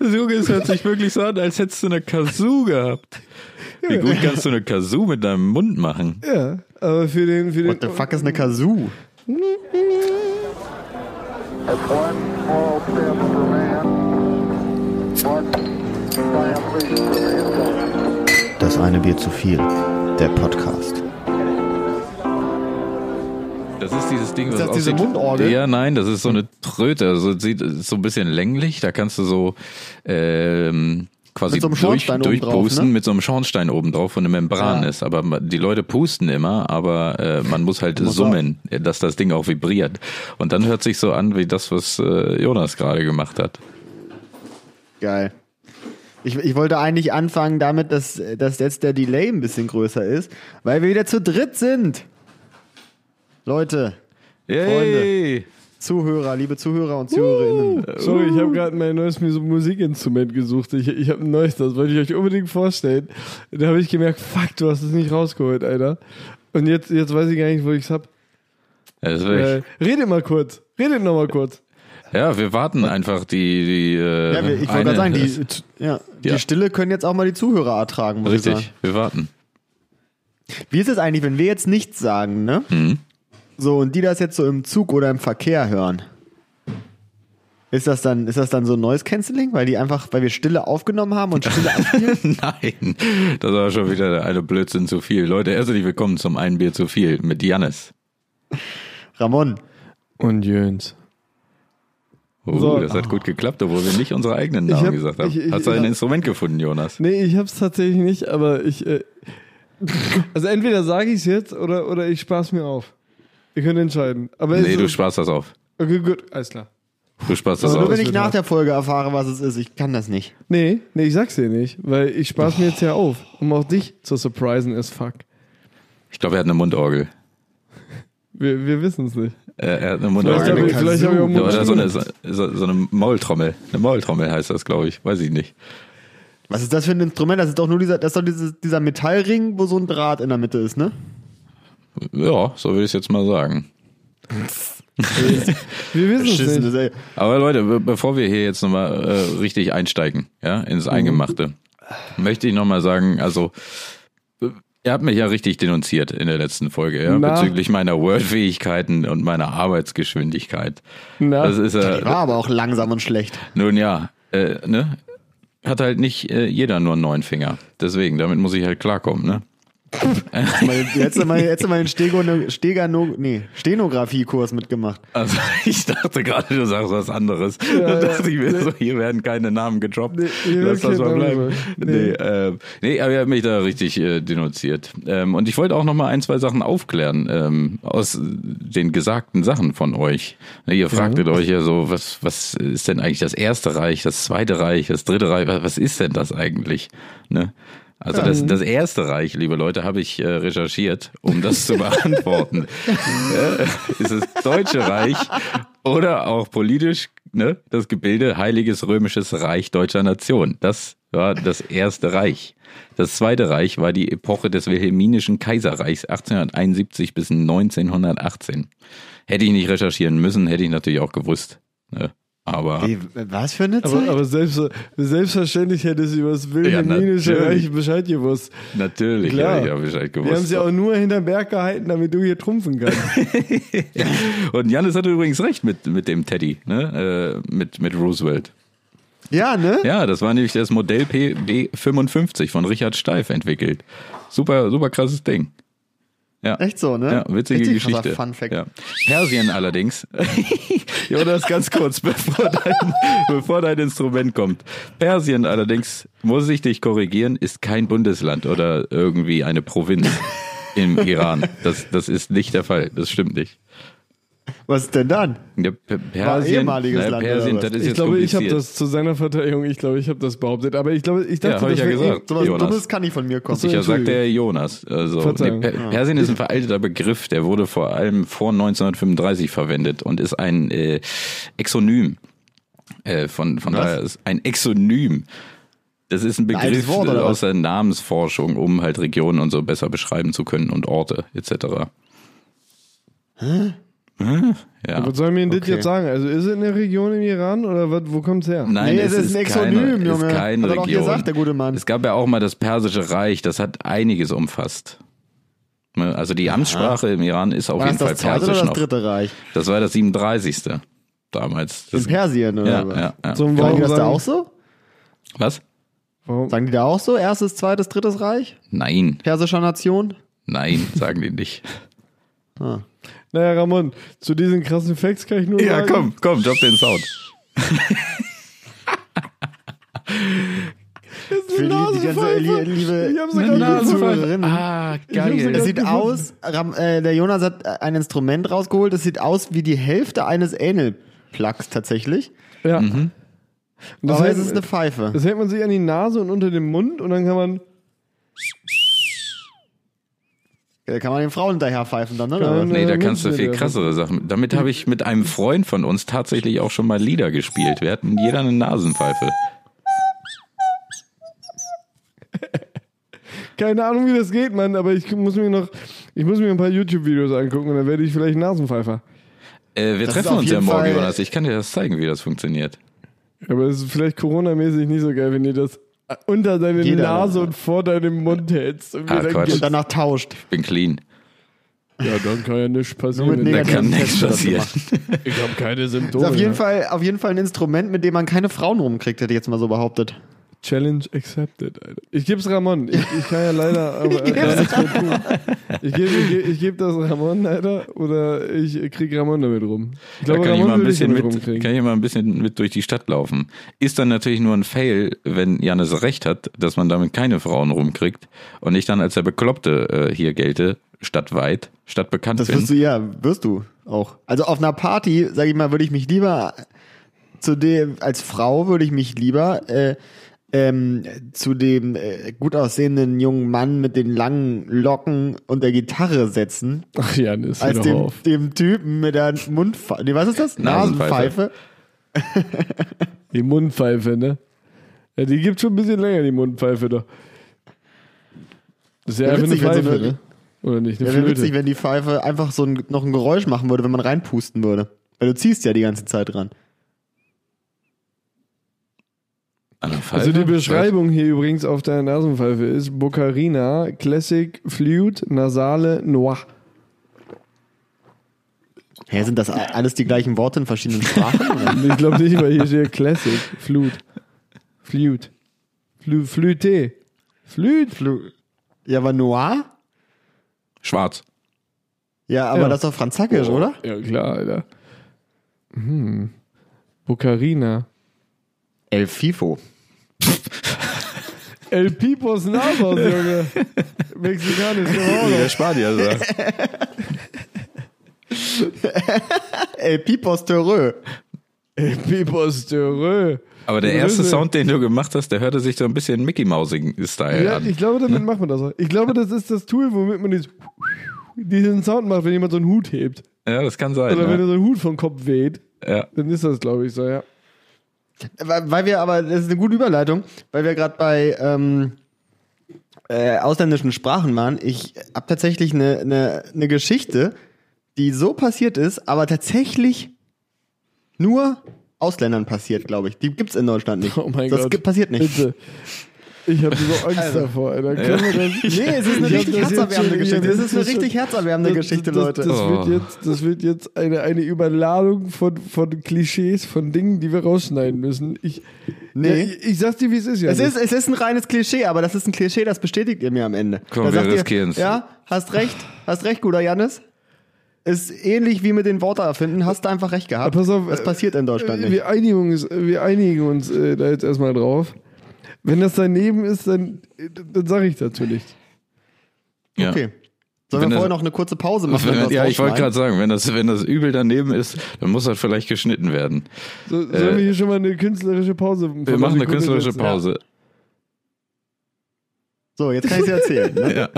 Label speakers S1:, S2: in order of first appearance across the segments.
S1: Junge, es hört sich wirklich so an, als hättest du eine Kazoo gehabt. Wie gut kannst du eine Kazoo mit deinem Mund machen?
S2: Ja, aber für den, für den.
S3: What the fuck ist eine Kazoo?
S4: That's one small step for man, one giant leap for mankind.
S3: Das eine Bier zu viel. Der Podcast.
S1: Das ist dieses Ding, was
S2: das diese
S1: aussieht-
S2: Mundorgel?
S1: Ja, nein, das ist so eine Tröte. Also es sieht ist so ein bisschen länglich. Da kannst du so ähm, quasi
S3: Mit so einem
S1: durch,
S3: Schornstein oben drauf,
S1: durchpusten
S3: ne?
S1: mit so einem Schornstein oben drauf, wo eine Membran
S3: Ja.
S1: ist. Aber ma- die Leute pusten immer, aber äh, man muss halt
S3: Muss
S1: summen, dass das Ding auch vibriert. Und dann hört sich so an wie das, was äh, Jonas gerade gemacht hat.
S3: Geil. Ich, ich wollte eigentlich anfangen damit, dass, dass jetzt der Delay ein bisschen größer ist, weil wir wieder zu dritt sind. Leute,
S1: Yay!
S3: Zuhörer, liebe Zuhörer und Zuhörerinnen.
S2: Sorry, ich habe gerade mein neues Mus- Musikinstrument gesucht. Ich, ich habe ein neues, das wollte ich euch unbedingt vorstellen. Da habe ich gemerkt, fuck, du hast es nicht rausgeholt, Alter. Und jetzt, jetzt weiß ich gar nicht, wo ich's hab.
S1: Das ist
S2: Äh,
S1: wirklich-
S2: redet mal kurz. Redet noch mal kurz.
S1: ja, wir warten einfach die. die äh,
S3: Ja, wir- ich wollte
S1: eine-
S3: gerade sagen, die, ja, die
S1: Ja.
S3: Stille können jetzt auch mal die Zuhörer ertragen, muss ich
S1: Richtig,
S3: sagen.
S1: wir warten.
S3: Wie ist es eigentlich, wenn wir jetzt nichts sagen, ne?
S2: Hm.
S3: So, und die das jetzt so im Zug oder im Verkehr hören? Ist das dann, ist das dann so Noise Cancelling? Weil die einfach, weil wir Stille aufgenommen haben und Stille abspielen?
S1: Nein, das war schon wieder der eine Blödsinn zu viel. Leute, herzlich willkommen zum Ein Bier zu viel mit Jannis.
S3: Ramon,
S2: Und Jöns.
S1: Uh,
S2: So.
S1: das hat gut geklappt, obwohl wir nicht unsere eigenen
S2: Ich
S1: Namen
S2: hab-
S1: gesagt haben.
S2: ich- ich-
S1: Hast du
S2: ich
S1: ein
S2: hab-
S1: Instrument gefunden, Jonas?
S2: Nee, ich hab's tatsächlich nicht, aber ich. Äh, also entweder sage ich's jetzt oder, oder ich spar's mir auf. Ihr könnt entscheiden. Aber
S1: Nee,
S2: es
S1: du
S2: ist,
S1: sparst das auf.
S2: Okay, gut, alles klar.
S1: Du sparst das
S2: Aber
S3: nur
S1: auf.
S3: wenn ich
S2: Oh, wird
S3: nach
S2: hart.
S3: der Folge erfahre, was es ist, ich kann das nicht.
S2: Nee, nee, ich sag's dir nicht, weil ich spar's mir jetzt ja auf, um auch dich zu surprisen as fuck.
S1: Ich glaube, er hat eine Mundorgel.
S2: Wir, wir wissen's nicht.
S1: Äh, er hat eine
S2: Vielleicht
S1: Mundorgel.
S2: habe ich,
S1: Ja,
S2: vielleicht hab ich auch
S1: Oder so eine,
S2: Mundschutz.
S1: so, so eine Maultrommel. Eine Maultrommel heißt das, glaube ich. Weiß ich nicht.
S3: Was ist das für ein Instrument? Das ist doch nur dieser, das ist doch dieses, dieser Metallring, wo so ein Draht in der Mitte ist, ne?
S1: Ja, so würde ich es jetzt mal sagen.
S2: Wir wissen's
S3: Beschissen,
S2: nicht.
S3: das ist, ey.
S1: Aber Leute, be bevor wir hier jetzt nochmal äh, richtig einsteigen, ja, ins Eingemachte, möchte ich nochmal sagen, also äh, ihr habt mich ja richtig denunziert in der letzten Folge, ja,
S2: Na?
S1: bezüglich meiner Word-Fähigkeiten und meiner Arbeitsgeschwindigkeit.
S2: Na,
S1: Das ist äh,
S3: War aber auch langsam und schlecht.
S1: nun ja, äh, ne? Hat halt nicht äh, jeder nur neun Finger. Deswegen, damit muss ich halt klarkommen, ne?
S3: Weil du hättest mal, hättest du mal den Stego, Stegano, nee, Stenografie-Kurs mitgemacht.
S1: Also ich dachte gerade, du sagst was anderes. da dachte ich mir so, hier werden keine Namen gedroppt.
S2: Nee, hier
S1: Lass
S2: wird
S1: das mal
S2: kein Name
S1: bleiben.
S2: gesagt.
S1: Nee, ähm, nee aber ihr habt mich da richtig äh, denunziert. Ähm, und ich wollte auch noch mal ein, zwei Sachen aufklären ähm, aus den gesagten Sachen von euch. Ne, ihr fragtet euch ja so, was, was ist denn eigentlich das Erste Reich, das Zweite Reich, das Dritte Reich, was, was ist denn das eigentlich? Ne? Also das, das Erste Reich, liebe Leute, habe ich äh, recherchiert, um das zu beantworten. ist es Deutsche Reich oder auch politisch ne, das Gebilde Heiliges Römisches Reich deutscher Nation. Das war das Erste Reich. Das Zweite Reich war die Epoche des Wilhelminischen Kaiserreichs 1871 bis 1918. Hätte ich nicht recherchieren müssen, hätte ich natürlich auch gewusst. Ne? Aber
S3: Ey, was für eine Zeit?
S2: aber, aber selbst, selbstverständlich hättest du über das wilhelminische
S1: Ja, natürlich.
S2: Reich Bescheid gewusst.
S1: natürlich
S2: Klar.
S1: hätte ich auch Bescheid
S2: Wir haben
S1: gewusst.
S2: sie auch nur hinterm Berg gehalten, damit du hier trumpfen kannst.
S1: Und Janis hatte übrigens recht mit, mit dem Teddy, ne? äh, mit, mit Roosevelt.
S3: ja, ne?
S1: Ja, das war nämlich das Modell PB55 von Richard Steif entwickelt. Super, super krasses Ding. Ja.
S3: Echt so, ne?
S1: Ja, witzige
S3: Richtig krasser
S1: Geschichte.
S3: Fun Fact.
S1: Ja. Persien allerdings. Jonas, ganz kurz, bevor dein, bevor dein Instrument kommt. Persien allerdings, muss ich dich korrigieren, ist kein Bundesland oder irgendwie eine Provinz im Iran. Das, das ist nicht der Fall. Das stimmt nicht.
S3: Was denn dann?
S1: Ja, P- Persien,
S3: ehemaliges
S1: na,
S3: Land oder
S1: Persien
S3: was?
S1: das ist
S2: Ich
S1: jetzt
S2: glaube, ich habe
S1: kompliziert.
S2: das zu seiner Verteidigung, ich glaube, ich habe das behauptet. Aber ich glaube, ich dachte,
S1: hab
S2: das
S1: ich ja
S2: wäre-
S1: gesagt.
S3: Sowas
S1: Jonas.
S3: Dummes kann nicht von mir kommen.
S1: Ja, sagt
S2: Entschuldigung.
S1: der Jonas. Also, nee,
S2: Verzeihung.
S1: per Persien ist ein veralteter Begriff, der wurde vor allem vor 1935 verwendet und ist ein äh, Exonym. Äh, von von
S3: Was?
S1: daher ist ein Exonym. Das ist ein
S3: altes
S1: Begriff
S3: Wort, oder
S1: aus
S3: was?
S1: der Namensforschung, um halt Regionen und so besser beschreiben zu können und Orte etc. Hä? Ja.
S2: Was soll mir denn das
S3: Okay.
S2: jetzt sagen? Also ist es eine Region im Iran oder was, wo kommt's her?
S1: Nein,
S3: Nee,
S1: es
S3: es ist ein Exonym,
S1: keine,
S3: Junge.
S1: Ist keine
S3: Hat er doch
S1: Region.
S3: gesagt, der gute Mann.
S1: Es gab ja auch mal das Persische Reich, das hat einiges umfasst. Ne, Also die Amtssprache im Iran ist auf
S3: War das
S1: jeden Fall
S3: das zweite oder
S1: Persisch
S3: das
S1: noch.
S3: dritte Reich?
S1: Das war das 37. damals.
S3: In
S1: Das,
S3: Persien oder
S1: ja,
S3: was?
S1: ja, ja.
S2: So,
S3: Sagen die das da
S2: sagen-
S3: auch so?
S1: Was?
S2: Warum?
S3: Sagen die da auch so? Erstes, zweites, drittes Reich?
S1: Nein,
S3: Persischer Nation?
S1: nein, sagen die nicht.
S2: Naja, Ramon, zu diesen krassen Facts kann ich nur
S1: Ja,
S2: sagen.
S1: komm, komm, drop den Sound.
S3: Für die, die ganze
S2: Nasenpfeife.
S3: li liebe
S2: Ich hab sogar eine
S3: Zuhörerinnen.
S1: Ah,
S2: hab's
S1: geil.
S2: sogar-
S3: Das sieht aus, Ram, äh, der Jonas hat äh, ein Instrument rausgeholt, das sieht aus wie die Hälfte eines Anal-Plugs tatsächlich.
S2: Ja. Und Das,
S3: Mhm. Aber
S2: hält,
S3: es ist eine Pfeife.
S2: das hält man sich an die Nase und unter den Mund und dann kann man,
S3: Da kann man den Frauen hinterher pfeifen dann,
S2: Ja,
S3: oder? was?
S1: Nee, da
S2: Äh,
S1: kannst du
S2: Münzen
S1: viel
S2: werfen.
S1: krassere Sachen. Damit habe ich mit einem Freund von uns tatsächlich auch schon mal Lieder gespielt. Wir hatten jeder eine Nasenpfeife.
S2: keine Ahnung, wie das geht, Mann, aber ich muss mir noch, ich muss mir ein paar YouTube-Videos angucken und dann werde ich vielleicht Nasenpfeifer.
S1: Äh, wir
S3: Das ist
S1: treffen
S3: auf
S1: uns ja
S3: jeden
S1: morgen,
S3: Fall-
S1: Jonas. Ich kann dir das zeigen, wie das funktioniert.
S2: Aber es ist vielleicht Corona-mäßig nicht so geil, wenn ihr das unter deine
S3: Jeder-
S2: Nase und vor deinem Mund hältst. Und
S1: Ah,
S2: mir dann
S1: Quatsch.
S2: geht-
S3: Und danach tauscht.
S1: Ich bin clean.
S2: ja, dann kann ja nichts
S3: Nur
S2: passieren.
S3: mit
S1: Da
S3: Negativ-
S1: kann nichts
S3: Test dazu
S1: passieren.
S2: ich habe keine
S3: Ist
S2: Symptome.
S3: auf jeden,
S2: ne?
S3: Fall, auf jeden Fall ein Instrument, mit dem man keine Frauen rumkriegt, hätte ich jetzt mal so behauptet.
S2: Challenge accepted, Alter. Ich geb's Ramon. Ich, ich kann ja leider aber leider nichts mehr tun. Ich gebe ich geb, ich geb das Ramon, Alter, oder ich krieg Ramon damit rum. Ich
S1: Da
S2: glaube,
S1: kann ich,
S2: Ramon
S1: mal ein
S2: will dich
S1: bisschen
S2: damit
S1: mit,
S2: rumkriegen.
S1: kann ich mal ein bisschen mit durch die Stadt laufen. Ist dann natürlich nur ein Fail, wenn Janis recht hat, dass man damit keine Frauen rumkriegt und ich dann als der Bekloppte äh, hier gelte, stadtweit, stadtbekannt
S3: Das
S1: bin.
S3: wirst du, ja, wirst du auch. Also auf einer Party, sage ich mal, würde ich mich lieber zu dem, als Frau würde ich mich lieber äh, ähm, zu dem äh, gut aussehenden jungen Mann mit den langen Locken und der Gitarre setzen,
S2: Ach, Jan, ist
S3: als
S2: hör doch
S3: dem,
S2: auf.
S3: dem Typen mit der Mundpfeife. Nee, was ist das?
S1: Nasenpfeife.
S2: Die Mundpfeife, ne? Ja, die gibt schon ein bisschen länger, die Mundpfeife doch. Das ist ja,
S3: Ja,
S2: einfach
S3: witzig,
S2: eine
S3: wenn so
S2: Pfeife,
S3: eine-
S2: ne? Oder nicht? Eine
S3: Ja, wäre
S2: Flöte.
S3: witzig, wenn die Pfeife einfach so ein, noch ein Geräusch machen würde, wenn man reinpusten würde. Weil du ziehst ja die ganze Zeit dran.
S1: An der Pfeife?
S2: also die Beschreibung hier übrigens auf deiner Nasenpfeife ist Bocarina, Classic, Flute, Nasale, Noir.
S3: Hä, sind das a- alles die gleichen Worte in verschiedenen Sprachen? oder?
S2: Ich glaube nicht, weil hier steht Classic. Flute. Flute. Flu Flüte. Flüt.
S3: Flu- ja, aber Noir?
S1: Schwarz.
S3: Ja, aber
S2: Ja. Oh.
S3: das ist doch französisch, oder?
S2: Ja, klar, Alter. Hm. Bucarina.
S3: El Fifo.
S2: El Pipos Navas, Junge. Mexikanisch, genau.
S1: Spanier
S3: El Pipos Terreux.
S2: El Pipos de Rö.
S1: Aber der erste Sound, den du gemacht hast, der hörte sich so ein bisschen Mickey Mousing-Style
S2: Ja,
S1: an.
S2: ich glaube, damit macht man das. auch. Ich glaube, das ist das Tool, womit man dieses, diesen Sound macht, wenn jemand so einen Hut hebt.
S1: Ja, das kann sein.
S3: Genau.
S2: Oder wenn er
S1: Ne?
S2: so einen Hut vom Kopf weht.
S1: Ja.
S2: Dann ist das, glaube ich, so, ja.
S3: Weil weil wir aber, das ist eine gute Überleitung, weil wir gerade bei ähm, äh, ausländischen Sprachen waren. Ich habe tatsächlich eine, eine, eine Geschichte, die so passiert ist, aber tatsächlich nur Ausländern passiert, glaube ich. Die gibt's in Deutschland nicht.
S2: Oh mein
S3: das
S2: Gott.
S3: ge- passiert nicht.
S2: Bitte. Ich habe so Angst
S3: Also.
S2: davor, Alter. Können wir das?
S3: Nee, es ist eine
S2: Ich hab
S3: richtig
S2: das jetzt schon- ich
S3: herzerwärmende
S2: hab
S3: Geschichte. Es ist
S2: das
S3: eine
S2: jetzt
S3: richtig
S2: schon-
S3: herzerwärmende Geschichte,
S2: das,
S3: Leute.
S2: Das, das,
S1: Oh.
S2: wird jetzt, das wird jetzt eine, eine Überladung von, von Klischees, von Dingen, die wir rausschneiden müssen. Ich,
S3: Nee.
S2: ja, ich, ich sag's dir, wie es ist, ja.
S3: Es ist, es ist ein reines Klischee, aber das ist ein Klischee, das bestätigt ihr mir am Ende.
S1: Komm,
S3: Da
S1: wir
S3: sagt
S1: riskieren's.
S3: Ihr, ja, hast recht, hast recht, guter Janis. Ist ähnlich wie mit den Worte erfinden, hast du einfach recht gehabt.
S2: Aber pass auf,
S3: das
S2: äh,
S3: passiert in Deutschland nicht.
S2: Wir einigen uns, wir einigen uns äh, da jetzt erstmal drauf. Wenn das daneben ist, dann, äh, dann sage ich dazu nicht.
S1: Ja.
S3: Okay. Sollen
S1: Wenn
S3: wir
S1: das-
S3: vorher noch eine kurze Pause machen?
S1: Wenn,
S3: und was
S1: ja, ich wollte
S3: rausschneiden?
S1: gerade sagen, wenn das, wenn das übel daneben ist, dann muss das vielleicht geschnitten werden.
S2: So, sollen wir hier schon mal eine künstlerische Pause von
S1: Äh. Wir
S2: einer
S1: machen eine
S2: Sekunde
S1: künstlerische
S2: setzen?
S1: Pause.
S3: So, jetzt kann ich dir erzählen. Ne?
S1: Ja.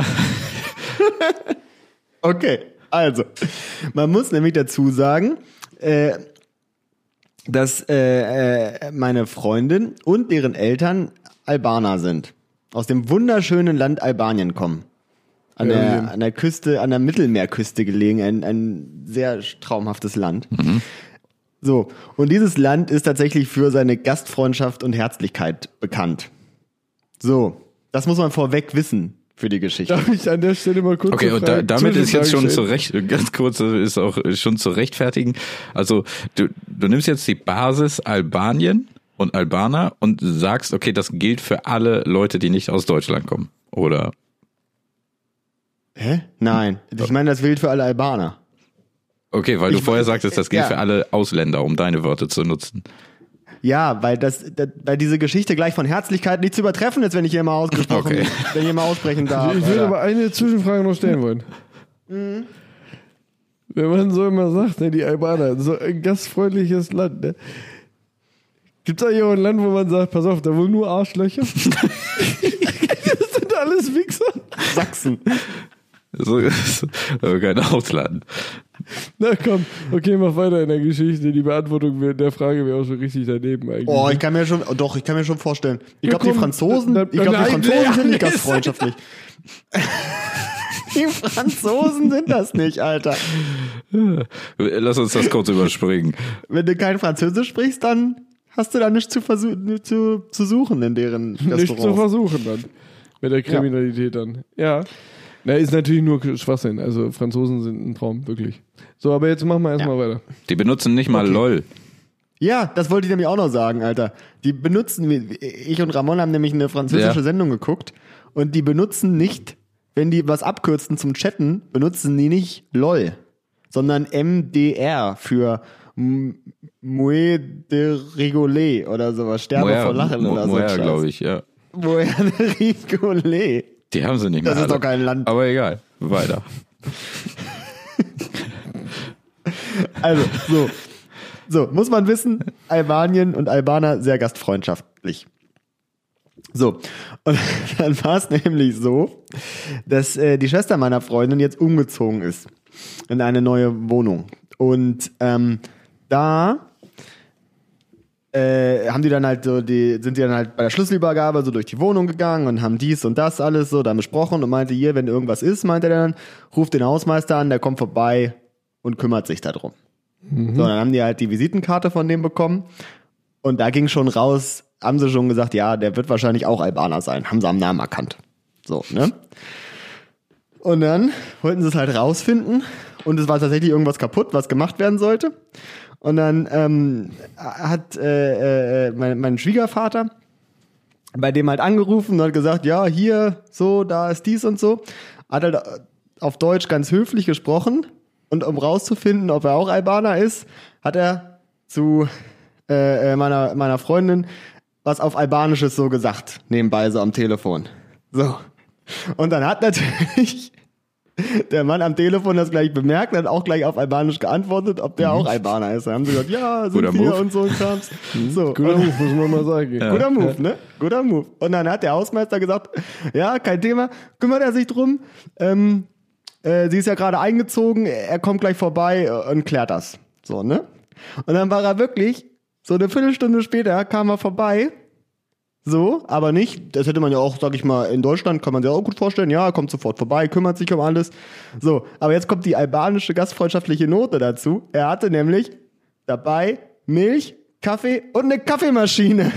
S3: Okay, also, man muss nämlich dazu sagen, äh, dass äh, äh, meine Freundin und deren Eltern Albaner sind. Aus dem wunderschönen Land Albanien kommen. An der, an der Küste, an der Mittelmeerküste gelegen, ein, ein sehr traumhaftes Land. So, und dieses Land ist tatsächlich für seine Gastfreundschaft und Herzlichkeit bekannt. So, das muss man vorweg wissen für die Geschichte.
S2: Darf ich an der Stelle mal kurz
S1: Okay,
S2: eine
S1: und da,
S2: Frage-
S1: damit ist jetzt schon
S2: Zwischenfrage
S1: zu
S2: stellen?
S1: recht, ganz kurz, das ist auch schon zu rechtfertigen. Also du, du nimmst jetzt die Basis Albanien und Albaner und sagst, okay, das gilt für alle Leute, die nicht aus Deutschland kommen. Oder
S3: Hä? Nein, ich meine, das gilt für alle Albaner.
S1: okay, weil du
S3: Ich-
S1: vorher sagtest, das gilt
S3: Ja.
S1: für alle Ausländer, um deine Worte zu nutzen.
S3: Ja, weil das, das weil diese Geschichte gleich von Herzlichkeit nicht zu übertreffen ist, wenn ich hier mal ausgesprochen,
S1: Okay.
S3: wenn ich hier mal aussprechen darf.
S2: Ich würde
S3: Alter.
S2: aber eine Zwischenfrage noch stellen wollen. Wenn man so immer sagt, ne, die Albaner, so ein gastfreundliches Land, ne? Gibt es eigentlich auch ein Land, wo man sagt, pass auf, da wohnen nur Arschlöcher? das sind alles Wichser.
S3: Sachsen.
S1: So ist kein Ausland.
S2: Na komm, okay, mach weiter in der Geschichte. Die Beantwortung wär- der Frage wäre auch schon richtig daneben eigentlich.
S3: Oh, ich kann mir schon, oh, doch, ich kann mir schon vorstellen. Ich
S2: Ja,
S3: glaube, die
S2: komm,
S3: Franzosen,
S2: na-
S3: ich glaube,
S2: nein,
S3: die Franzosen
S2: nee,
S3: sind
S2: nee,
S3: nicht gastfreundschaftlich. Die Franzosen sind das nicht, Alter.
S1: Lass uns das kurz überspringen.
S3: Wenn du kein Französisch sprichst, dann hast du da nichts zu, versu- nichts zu, zu suchen in deren
S2: nicht zu
S3: Restaurants.
S2: versuchen dann. Mit der Kriminalität dann. Ja. Na, ist natürlich nur Schwachsinn. Also Franzosen sind ein Traum, wirklich. So, aber jetzt machen wir erstmal weiter.
S1: Die benutzen nicht mal LOL.
S3: Ja, das wollte ich nämlich auch noch sagen, Alter. Die benutzen, ich und Ramon haben nämlich eine französische
S1: Ja.
S3: Sendung geguckt und die benutzen nicht, wenn die was abkürzen zum Chatten, benutzen die nicht LOL, sondern MDR für M- Mouet de Rigolet oder sowas. Sterbe vor Lachen
S1: Mo-
S3: oder so.
S1: Moer,
S3: ein Scheiß.
S1: glaube ich, ja.
S3: Moët de Rigolet.
S1: Die haben sie nicht mehr.
S3: Das ist
S1: alle.
S3: doch kein Land.
S1: Aber egal, weiter.
S3: Also, so. So, muss man wissen, Albanien und Albaner sehr gastfreundschaftlich. So, und dann war es nämlich so, dass äh, die Schwester meiner Freundin jetzt umgezogen ist in eine neue Wohnung. Und ähm, da äh, haben die dann halt so die sind die dann halt bei der Schlüsselübergabe so durch die Wohnung gegangen und haben dies und das alles so dann besprochen und meinte hier, wenn irgendwas ist, meinte er dann, ruft den Hausmeister an, der kommt vorbei und kümmert sich darum. So, dann haben die halt die Visitenkarte von dem bekommen und da ging schon raus, haben sie schon gesagt, ja, der wird wahrscheinlich auch Albaner sein, haben sie am Namen erkannt. So, ne? Und dann wollten sie es halt rausfinden und es war tatsächlich irgendwas kaputt, was gemacht werden sollte. Und dann ähm, hat äh, äh, mein, mein Schwiegervater bei dem halt angerufen und hat gesagt, ja, hier, so, da ist dies und so. Hat halt äh, auf Deutsch ganz höflich gesprochen. Und um rauszufinden, ob er auch Albaner ist, hat er zu äh, äh, meiner, meiner Freundin was auf Albanisches so gesagt, nebenbei so am Telefon. So. Und dann hat natürlich der Mann am Telefon das gleich bemerkt und hat auch gleich auf Albanisch geantwortet, ob der auch Albaner ist. Dann haben sie gesagt, ja,
S1: Mhm. Guter
S3: sind wir
S1: Move. Mhm.
S3: und so ein Krams. So.
S2: Guter
S3: und,
S2: Ruf, muss man mal sagen.
S3: Guter Move, ne? Guter Move. Und dann hat der Hausmeister gesagt, ja, kein Thema, kümmert er sich drum. Ähm, äh, sie ist ja gerade eingezogen, er kommt gleich vorbei äh, und klärt das. So, ne? Und dann war er wirklich, so eine Viertelstunde später kam er vorbei. So, aber nicht, das hätte man ja auch, sag ich mal, in Deutschland kann man sich auch gut vorstellen, ja, kommt sofort vorbei, kümmert sich um alles. So, aber jetzt kommt die albanische gastfreundschaftliche Note dazu. Er hatte nämlich dabei Milch, Kaffee und eine Kaffeemaschine.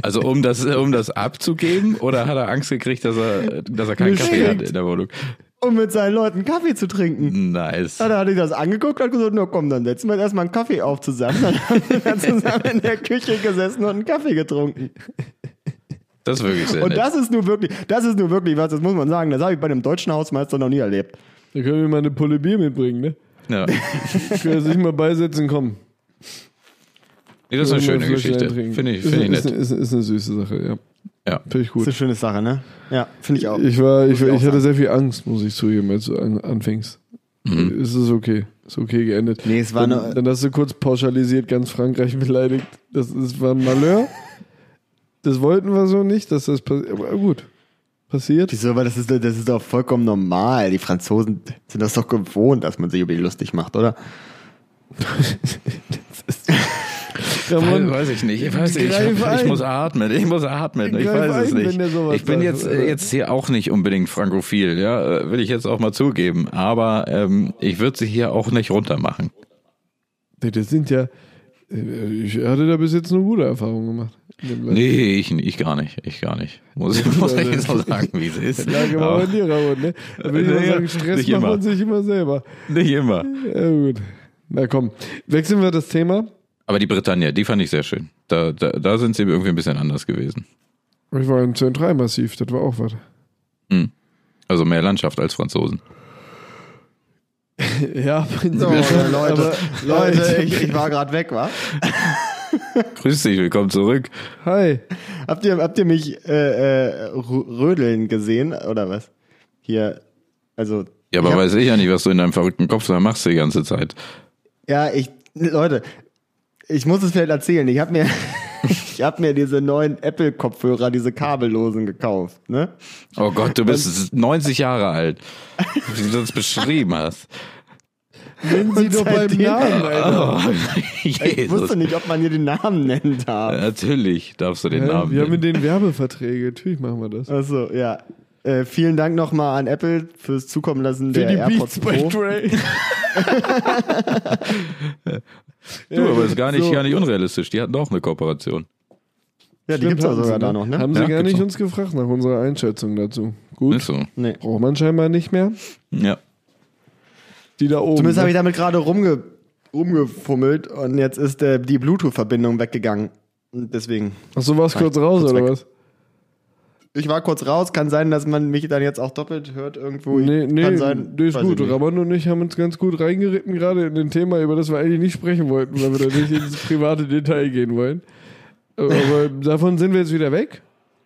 S1: Also um das, um das abzugeben oder hat er Angst gekriegt, dass er, dass er keinen Kaffee hat in der Wohnung?
S3: um mit seinen Leuten Kaffee zu trinken.
S1: Nice.
S3: Dann hat ich das angeguckt und gesagt, na komm, dann setzen wir jetzt erstmal einen Kaffee auf zusammen. Dann haben wir dann zusammen in der Küche gesessen und einen Kaffee getrunken.
S1: Das ist wirklich sehr
S3: Und
S1: nett.
S3: das ist nur wirklich, das ist nur wirklich was, das muss man sagen, das habe ich bei einem deutschen Hausmeister noch nie erlebt.
S2: Da können wir mal eine Pulle Bier mitbringen, ne?
S1: Ja.
S2: Können wir sich mal beisetzen, komm.
S1: Nee, das ist eine
S2: Können wir
S1: schöne
S2: Fläschchen
S1: Geschichte.
S2: trinken.
S1: Finde ich,
S2: Ist-
S1: finde ich
S2: ist,
S1: nett.
S2: Ist, ist, eine süße Sache, ja.
S1: Ja.
S2: Finde ich
S3: Das
S2: gut.
S3: ist eine schöne Sache, ne? Ja, finde ich auch.
S2: Ich, war, ich,
S3: Muss ich
S2: ich
S3: auch
S2: hatte
S3: sagen.
S2: sehr viel Angst, muss ich zugeben, als du an, anfängst.
S1: Mhm.
S2: Es ist okay. Ist okay geendet.
S3: Nee, es war
S2: dann,
S3: nur-
S2: dann hast du kurz pauschalisiert ganz Frankreich beleidigt. Das ist, war ein Malheur. Das wollten wir so nicht, dass das passiert. Aber gut. Passiert.
S3: Wieso, aber das ist, das ist doch vollkommen normal. Die Franzosen sind das doch gewohnt, dass man sich über die lustig macht, oder?
S2: Ramon,
S1: weiß ich nicht. Ich, weiß, ich,
S2: Greif
S1: ich
S2: ein.
S1: muss atmen. Ich muss atmen. Ich
S2: Greif
S1: weiß es
S2: ein,
S1: nicht.
S2: wenn der sowas
S1: Ich bin
S2: sagt,
S1: jetzt, äh,
S2: oder?
S1: jetzt hier auch nicht unbedingt frankophil, ja, äh, will ich jetzt auch mal zugeben. Aber ähm, ich würde sie hier auch nicht runtermachen.
S2: das sind ja. äh, Ich hatte da bis jetzt nur gute Erfahrungen gemacht. In dem Land.
S1: Nee, ich, ich gar nicht. Ich gar nicht. Muss, muss ich jetzt so sagen, wie es ist.
S2: Lage war
S1: Aber
S2: bei dir, Ramon, ne? Da will ich mal
S1: Naja,
S2: sagen, Stress
S1: nicht
S2: macht
S1: immer.
S2: man sich immer selber.
S1: nicht immer.
S2: Ja, gut. Na komm, wechseln wir das Thema.
S1: Aber die Bretagne, die fand ich sehr schön. Da, da, da sind sie irgendwie ein bisschen anders gewesen.
S2: Ich war im CN3-Massiv, das war auch was.
S1: Also mehr Landschaft als Franzosen.
S2: Ja,
S3: So,
S2: prinzipiell.
S3: Leute,
S2: schon,
S3: Leute,
S2: aber-
S3: ich, ich war gerade weg, wa?
S1: Grüß dich, willkommen zurück.
S2: Hi.
S3: Habt ihr, habt ihr mich äh, äh, rö- rödeln gesehen oder was? Hier, also.
S1: Ja, aber
S3: ich hab-
S1: weiß ich ja nicht, was du in deinem verrückten Kopf da machst die ganze Zeit.
S3: Ja, ich, Leute, ich muss es vielleicht erzählen. Ich hab mir, ich hab mir diese neuen Apple-Kopfhörer, diese kabellosen gekauft, ne?
S1: Oh Gott, du bist 90 Jahre alt, wie du das beschrieben hast.
S2: Nennen Sie doch beim
S3: seitdem-
S2: Namen, Alter.
S1: Oh,
S3: Ich wusste
S1: Jesus.
S3: nicht, ob man hier den Namen nennen darf.
S1: Natürlich darfst du den
S2: Ja,
S1: Namen
S2: wir haben mit
S1: nennen.
S2: den Werbeverträge, natürlich machen wir das.
S3: Achso, ja. Äh, vielen Dank nochmal an Apple fürs Zukommen lassen der AirPods Pro.
S2: Dre.
S1: Du, aber ist gar nicht,
S2: So.
S1: gar nicht unrealistisch. Die hatten auch eine Kooperation.
S3: Ja, die gibt's auch sogar da noch, ne?
S2: Haben sie
S1: Ja,
S2: gar
S1: gibt's
S2: nicht
S1: noch.
S2: uns gefragt nach unserer Einschätzung dazu. Gut,
S1: Ist so.
S3: Nee.
S2: braucht man scheinbar nicht mehr.
S1: Ja.
S2: Die da oben. ne?
S3: Zumindest habe ich damit gerade rumge rumgefummelt und jetzt ist äh, die Bluetooth-Verbindung weggegangen. Und deswegen.
S2: Achso, warst kurz raus,
S3: Kurz
S2: oder
S3: weg.
S2: was?
S3: Ich war kurz raus, kann sein, dass man mich dann jetzt auch doppelt hört irgendwo.
S2: Nee, nee,
S3: kann sein,
S2: nee, ist
S3: weiß ich
S2: gut.
S3: nicht.
S2: Ramon und ich haben uns ganz gut reingeritten, gerade in ein Thema, über das wir eigentlich nicht sprechen wollten, weil wir da nicht ins private Detail gehen wollen. Aber davon sind wir jetzt wieder weg.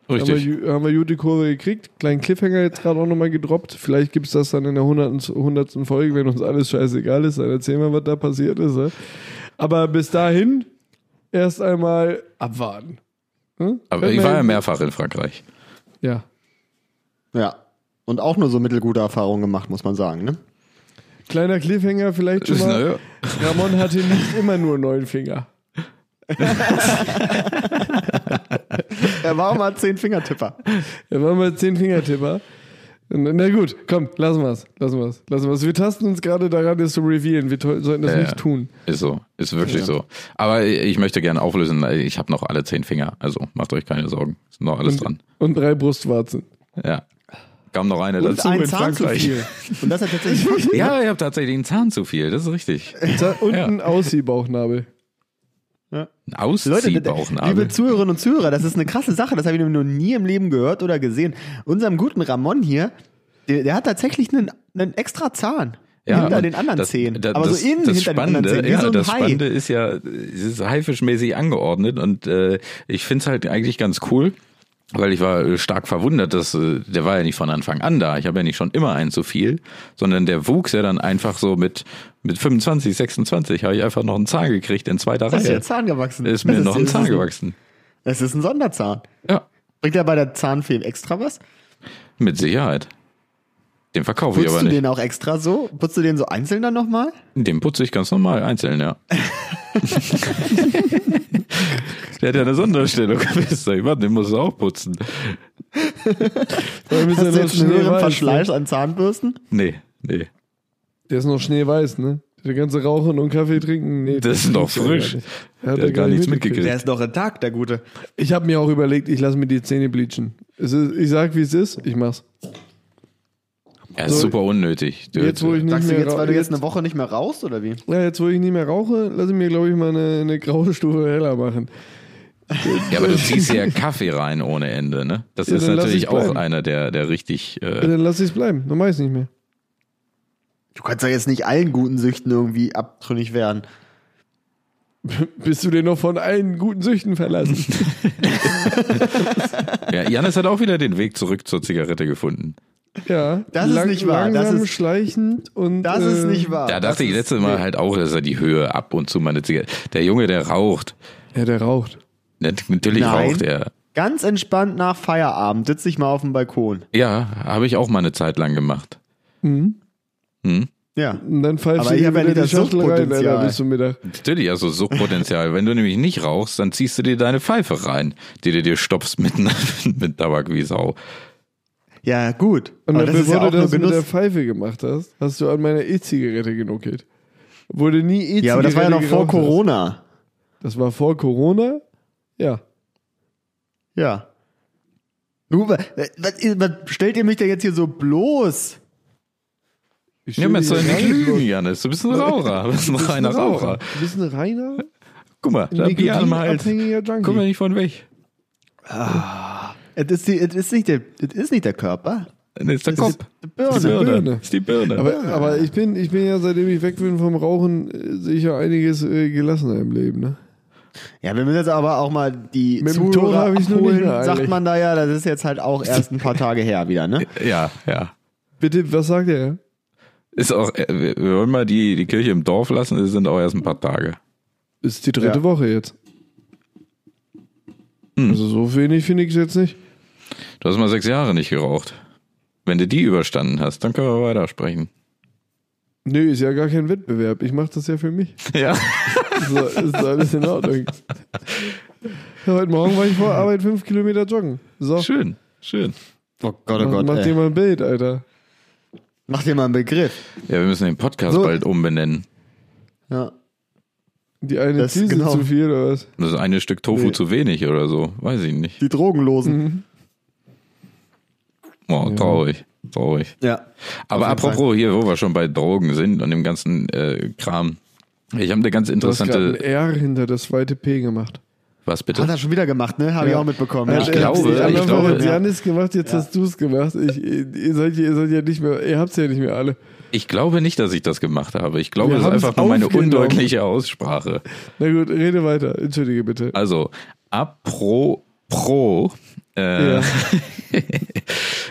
S2: Haben wir,
S1: Richtig.
S2: ju- haben wir gute Kurve gekriegt. Kleinen Cliffhanger jetzt gerade auch nochmal gedroppt. Vielleicht gibt es das dann in der hundertsten, hundertsten Folge, wenn uns alles scheißegal ist. Dann erzählen wir, was da passiert ist. Ja? Aber bis dahin erst einmal abwarten. Hm?
S1: Aber ich war ja mehrfach in Frankreich.
S2: Ja.
S3: Ja. Und auch nur so mittelgute Erfahrungen gemacht, muss man sagen, ne?
S2: Kleiner Cliffhanger vielleicht schon mal.
S1: Naja.
S2: Ramon hatte nicht immer nur neun Finger.
S3: Er war auch mal zehn Fingertipper.
S2: Er war mal zehn Fingertipper. Na na gut, komm, lassen wir's, lassen wir's, lassen wir's. Wir tasten uns gerade daran, es zu revealen. Wir to- sollten das
S1: Ja, ja.
S2: nicht tun.
S1: Ist so. Ist wirklich so. Aber ich möchte gerne auflösen, ich habe noch alle zehn Finger. Also macht euch keine Sorgen. Ist noch alles dran.
S2: Und drei Brustwarzen.
S1: Ja. Kam noch eine
S3: Und
S1: dazu
S3: ein
S1: in
S3: Zahn zu
S1: Frankreich.
S3: viel. Und das hat tatsächlich.
S1: Ja, ich habe tatsächlich einen Zahn zu viel, das ist richtig.
S2: Da unten Ausziehbauchnabel.
S1: Ein
S3: Leute, d-
S1: Ausziehbauchnabel.
S3: liebe Zuhörerinnen und Zuhörer, das ist eine krasse Sache. Das habe ich noch nie im Leben gehört oder gesehen. Unserem guten Ramon hier, der, der hat tatsächlich einen, einen extra Zahn. hinter
S1: und
S3: den anderen
S1: das-
S3: Zehen.
S1: da-
S3: Aber
S1: das-
S3: so innen
S1: das
S3: hinter
S1: Spannende,
S3: den anderen Zehen. Wie
S1: ja,
S3: so ein
S1: das
S3: Hai.
S1: Spannende ist ja, es ist haifischmäßig angeordnet und äh, ich finde es halt eigentlich ganz cool. Weil ich war äh, stark verwundert, dass äh, der war ja nicht von Anfang an da. Ich habe ja nicht schon immer einen zu viel, sondern der wuchs ja dann einfach so mit mit 25, 26 habe ich einfach noch einen Zahn gekriegt in zweiter
S3: Da ist
S1: Reihe.
S3: der Zahn gewachsen.
S1: ist mir
S3: Das
S1: noch ein
S3: das
S1: Zahn
S3: ist
S1: gewachsen.
S3: Das ist ein Sonderzahn.
S1: Ja,
S3: Bringt er bei der Zahnfee extra was?
S1: mit Sicherheit. Den verkaufe ich
S3: Putzt
S1: aber
S3: du
S1: nicht.
S3: den auch extra so? Putzt du den so einzeln dann nochmal?
S1: Den putze ich ganz normal einzeln, ja. Der hat ja eine Sonderstellung. Wisst ihr, Mann, den musst du auch putzen.
S2: Vor allem ist
S3: Hast
S2: er noch
S3: du jetzt einen höheren
S2: schneeweiß. Ne?
S3: Verschleiß an Zahnbürsten?
S1: Nee, nee.
S2: Der ist noch schneeweiß, ne? Der ganze Rauchen und Kaffee trinken, nee.
S1: Das ist noch frisch.
S2: Der
S1: Der hat gar nichts mitgekriegt.
S3: Der ist noch intakt, der Gute.
S2: Ich habe mir auch überlegt, ich lasse mir die Zähne bleachen. Es ist, ich sag, wie es ist, ich mach's.
S1: Er ist
S2: So,
S1: super unnötig. Du-
S2: Jetzt, wo ich nicht
S3: Sagst du
S2: mehr
S3: jetzt,
S2: rauche-
S3: weil du jetzt eine Woche nicht mehr rauchst oder wie?
S2: ja, jetzt, wo ich nicht mehr rauche, lasse ich mir, glaube ich, mal eine, eine graue Stufe heller machen.
S1: ja, aber du ziehst ja Kaffee rein ohne Ende, ne? Das
S2: Ja,
S1: ist
S2: dann lass
S1: natürlich
S2: ich
S1: auch
S2: bleiben.
S1: einer, der, der richtig.
S2: Ja,
S1: Äh,
S2: dann lass ich's bleiben, dann mach ich's nicht mehr.
S3: Du kannst doch jetzt nicht allen guten Süchten irgendwie abtrünnig werden.
S2: Bist du dir noch von allen guten Süchten verlassen?
S1: ja, Janis hat auch wieder den Weg zurück zur Zigarette gefunden.
S2: Ja.
S3: Das ist nicht wahr, das
S2: Langsam,
S3: ist-
S2: schleichend und. äh,
S3: Das ist nicht wahr.
S1: Da
S3: das
S1: dachte ich
S3: ist-
S1: letztes Mal
S3: nee.
S1: halt auch, dass er die Höhe ab und zu mal eine Zigarette. Der Junge, der raucht. ne,
S2: Ja, der raucht.
S1: Natürlich
S3: Nein.
S1: raucht er.
S3: Ganz entspannt nach Feierabend sitze ich mal auf dem Balkon.
S1: Ja, habe ich auch mal eine Zeit lang gemacht. Mhm.
S3: Ja.
S2: Und dann pfeifst
S3: Aber
S2: du
S3: ich hab ja
S2: wieder
S3: nicht
S2: die
S3: das
S2: Schachtel rein,
S3: Suchtpotenzial.
S2: Alter, bis zum Mittag.
S1: Natürlich, also Suchtpotenzial. Wenn du nämlich nicht rauchst, dann ziehst du dir deine Pfeife rein, die du dir stopfst mit, mit Tabak wie Sau.
S3: Ja, gut.
S2: Und dann,
S3: Aber das ist
S2: bevor
S3: ja auch
S2: du
S3: nur
S2: das mit der
S3: Genuss.
S2: Pfeife gemacht hast, hast du an meiner E-Zigarette genuckelt. Wurde nie E-Zigarette
S3: Ja, aber das war ja noch vor
S2: geraucht hast.
S3: Corona.
S2: Das war vor Corona? Ja.
S3: Ja. Du, wa- was, was stellt ihr mich denn jetzt hier so bloß?
S2: Ich
S1: Ja, man soll
S2: stell
S1: nicht
S2: dir gar
S1: lügen,
S2: bloß-
S1: Janis. Du bist ein Raucher. Du bist ein reiner Raucher.
S2: Du bist ein reiner,
S1: Guck mal, da Bier am Hals.
S2: nikotinabhängiger Junkie.
S1: Guck mal nicht von weg.
S3: Es ist, die, es ist, nicht, der, es ist nicht der Körper.
S1: Das ist der
S3: Das
S1: Kopf.
S3: ist die Birne.
S1: Das ist die Birne.
S2: Birne.
S1: Das ist die Birne.
S2: Aber, aber ich, bin, ich bin ja, seitdem ich weg bin vom Rauchen, äh, sehe ich ja einiges äh, gelassener im Leben. Ne?
S3: Ja, wir müssen jetzt aber auch mal die
S2: Mit dem Tod
S3: Zuhörer
S2: hab ich's nur nicht
S3: abholen,
S2: mehr eilig.
S3: sagt man da ja. Das ist jetzt halt auch erst ein paar Tage her wieder, ne?
S1: ja, ja.
S2: Bitte, was sagt er?
S1: Ist auch, äh, wir wir wollen mal die, die Kirche im Dorf lassen, es sind auch erst ein paar Tage.
S2: Ist die dritte
S3: Ja.
S2: Woche jetzt.
S1: Hm.
S2: Also so wenig finde ich jetzt nicht.
S1: Du hast mal sechs Jahre nicht geraucht. Wenn du die überstanden hast, dann können wir weitersprechen.
S2: Nö, ist ja gar kein Wettbewerb. Ich mache das ja für mich.
S1: Ja.
S2: So, ist alles in Ordnung. Ja, heute Morgen war ich vor Arbeit fünf Kilometer joggen. So,
S1: Schön, schön.
S3: Oh Gott, oh
S2: mach,
S3: Gott.
S2: mach dir
S3: ey.
S2: mal ein Bild, Alter.
S3: Mach dir mal einen Begriff.
S1: Ja, wir müssen den Podcast
S3: So.
S1: bald umbenennen.
S3: Ja.
S2: Die eine
S3: Das-
S2: Ziese
S3: genau.
S2: zu viel oder was?
S1: Das ist eine Stück Tofu
S3: Nee.
S1: zu wenig oder so. Weiß ich nicht.
S3: Die Drogenlosen.
S1: Oh, traurig. Traurig.
S3: Ja.
S1: Aber
S3: jeden
S1: apropos hier, wo wir schon bei Drogen sind und dem ganzen äh, Kram. Ich habe eine ganz
S2: Du hast gerade ein
S1: interessante.
S2: R hinter das zweite P gemacht.
S1: Was bitte?
S3: Hat er schon wieder gemacht, ne? Habe ich auch mitbekommen.
S1: Ich glaube,
S2: ich,
S1: ich glaube,
S2: Jetzt
S1: ja.
S2: Janis gemacht, jetzt hast du es gemacht. Ich, ihr, seid, ihr seid ja nicht mehr, ihr habt's ja nicht mehr alle.
S1: Ich glaube nicht, dass ich das gemacht habe. Ich glaube,
S2: Wir
S1: es ist
S2: haben's
S1: einfach nur meine
S2: aufgenommen.
S1: undeutliche Aussprache.
S2: Na gut, rede weiter. Entschuldige bitte.
S1: Also, apropos äh,
S2: Ja.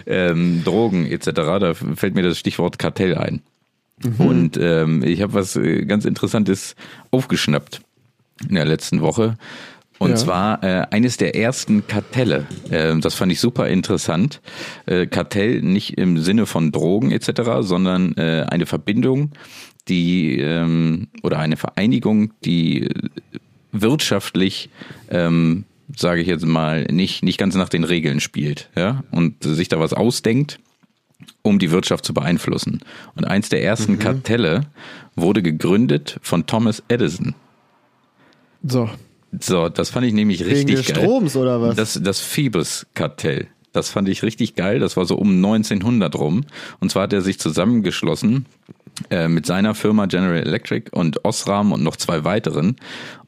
S1: ähm, Drogen etc., da fällt mir das Stichwort Kartell ein. Und ähm, ich habe was äh, ganz Interessantes aufgeschnappt in der letzten Woche. Und
S2: Ja.
S1: zwar äh, eines der ersten Kartelle. Ähm, das fand ich super interessant. Äh, Kartell nicht im Sinne von Drogen etc., sondern äh, eine Verbindung, die ähm, oder eine Vereinigung, die äh, wirtschaftlich, ähm, sage ich jetzt mal, nicht, nicht ganz nach den Regeln spielt ja? und sich da was ausdenkt um die Wirtschaft zu beeinflussen. Und eins der
S3: Mhm.
S1: ersten Kartelle wurde gegründet von Thomas Edison.
S2: So.
S1: So, das fand ich nämlich
S3: Wegen
S1: richtig
S3: des
S1: geil.
S3: Stroms oder was?
S1: Das, das Phoebus-Kartell. Das fand ich richtig geil. Das war so um 1900 rum. Und zwar hat er sich zusammengeschlossen äh, mit seiner Firma General Electric und Osram und noch zwei weiteren.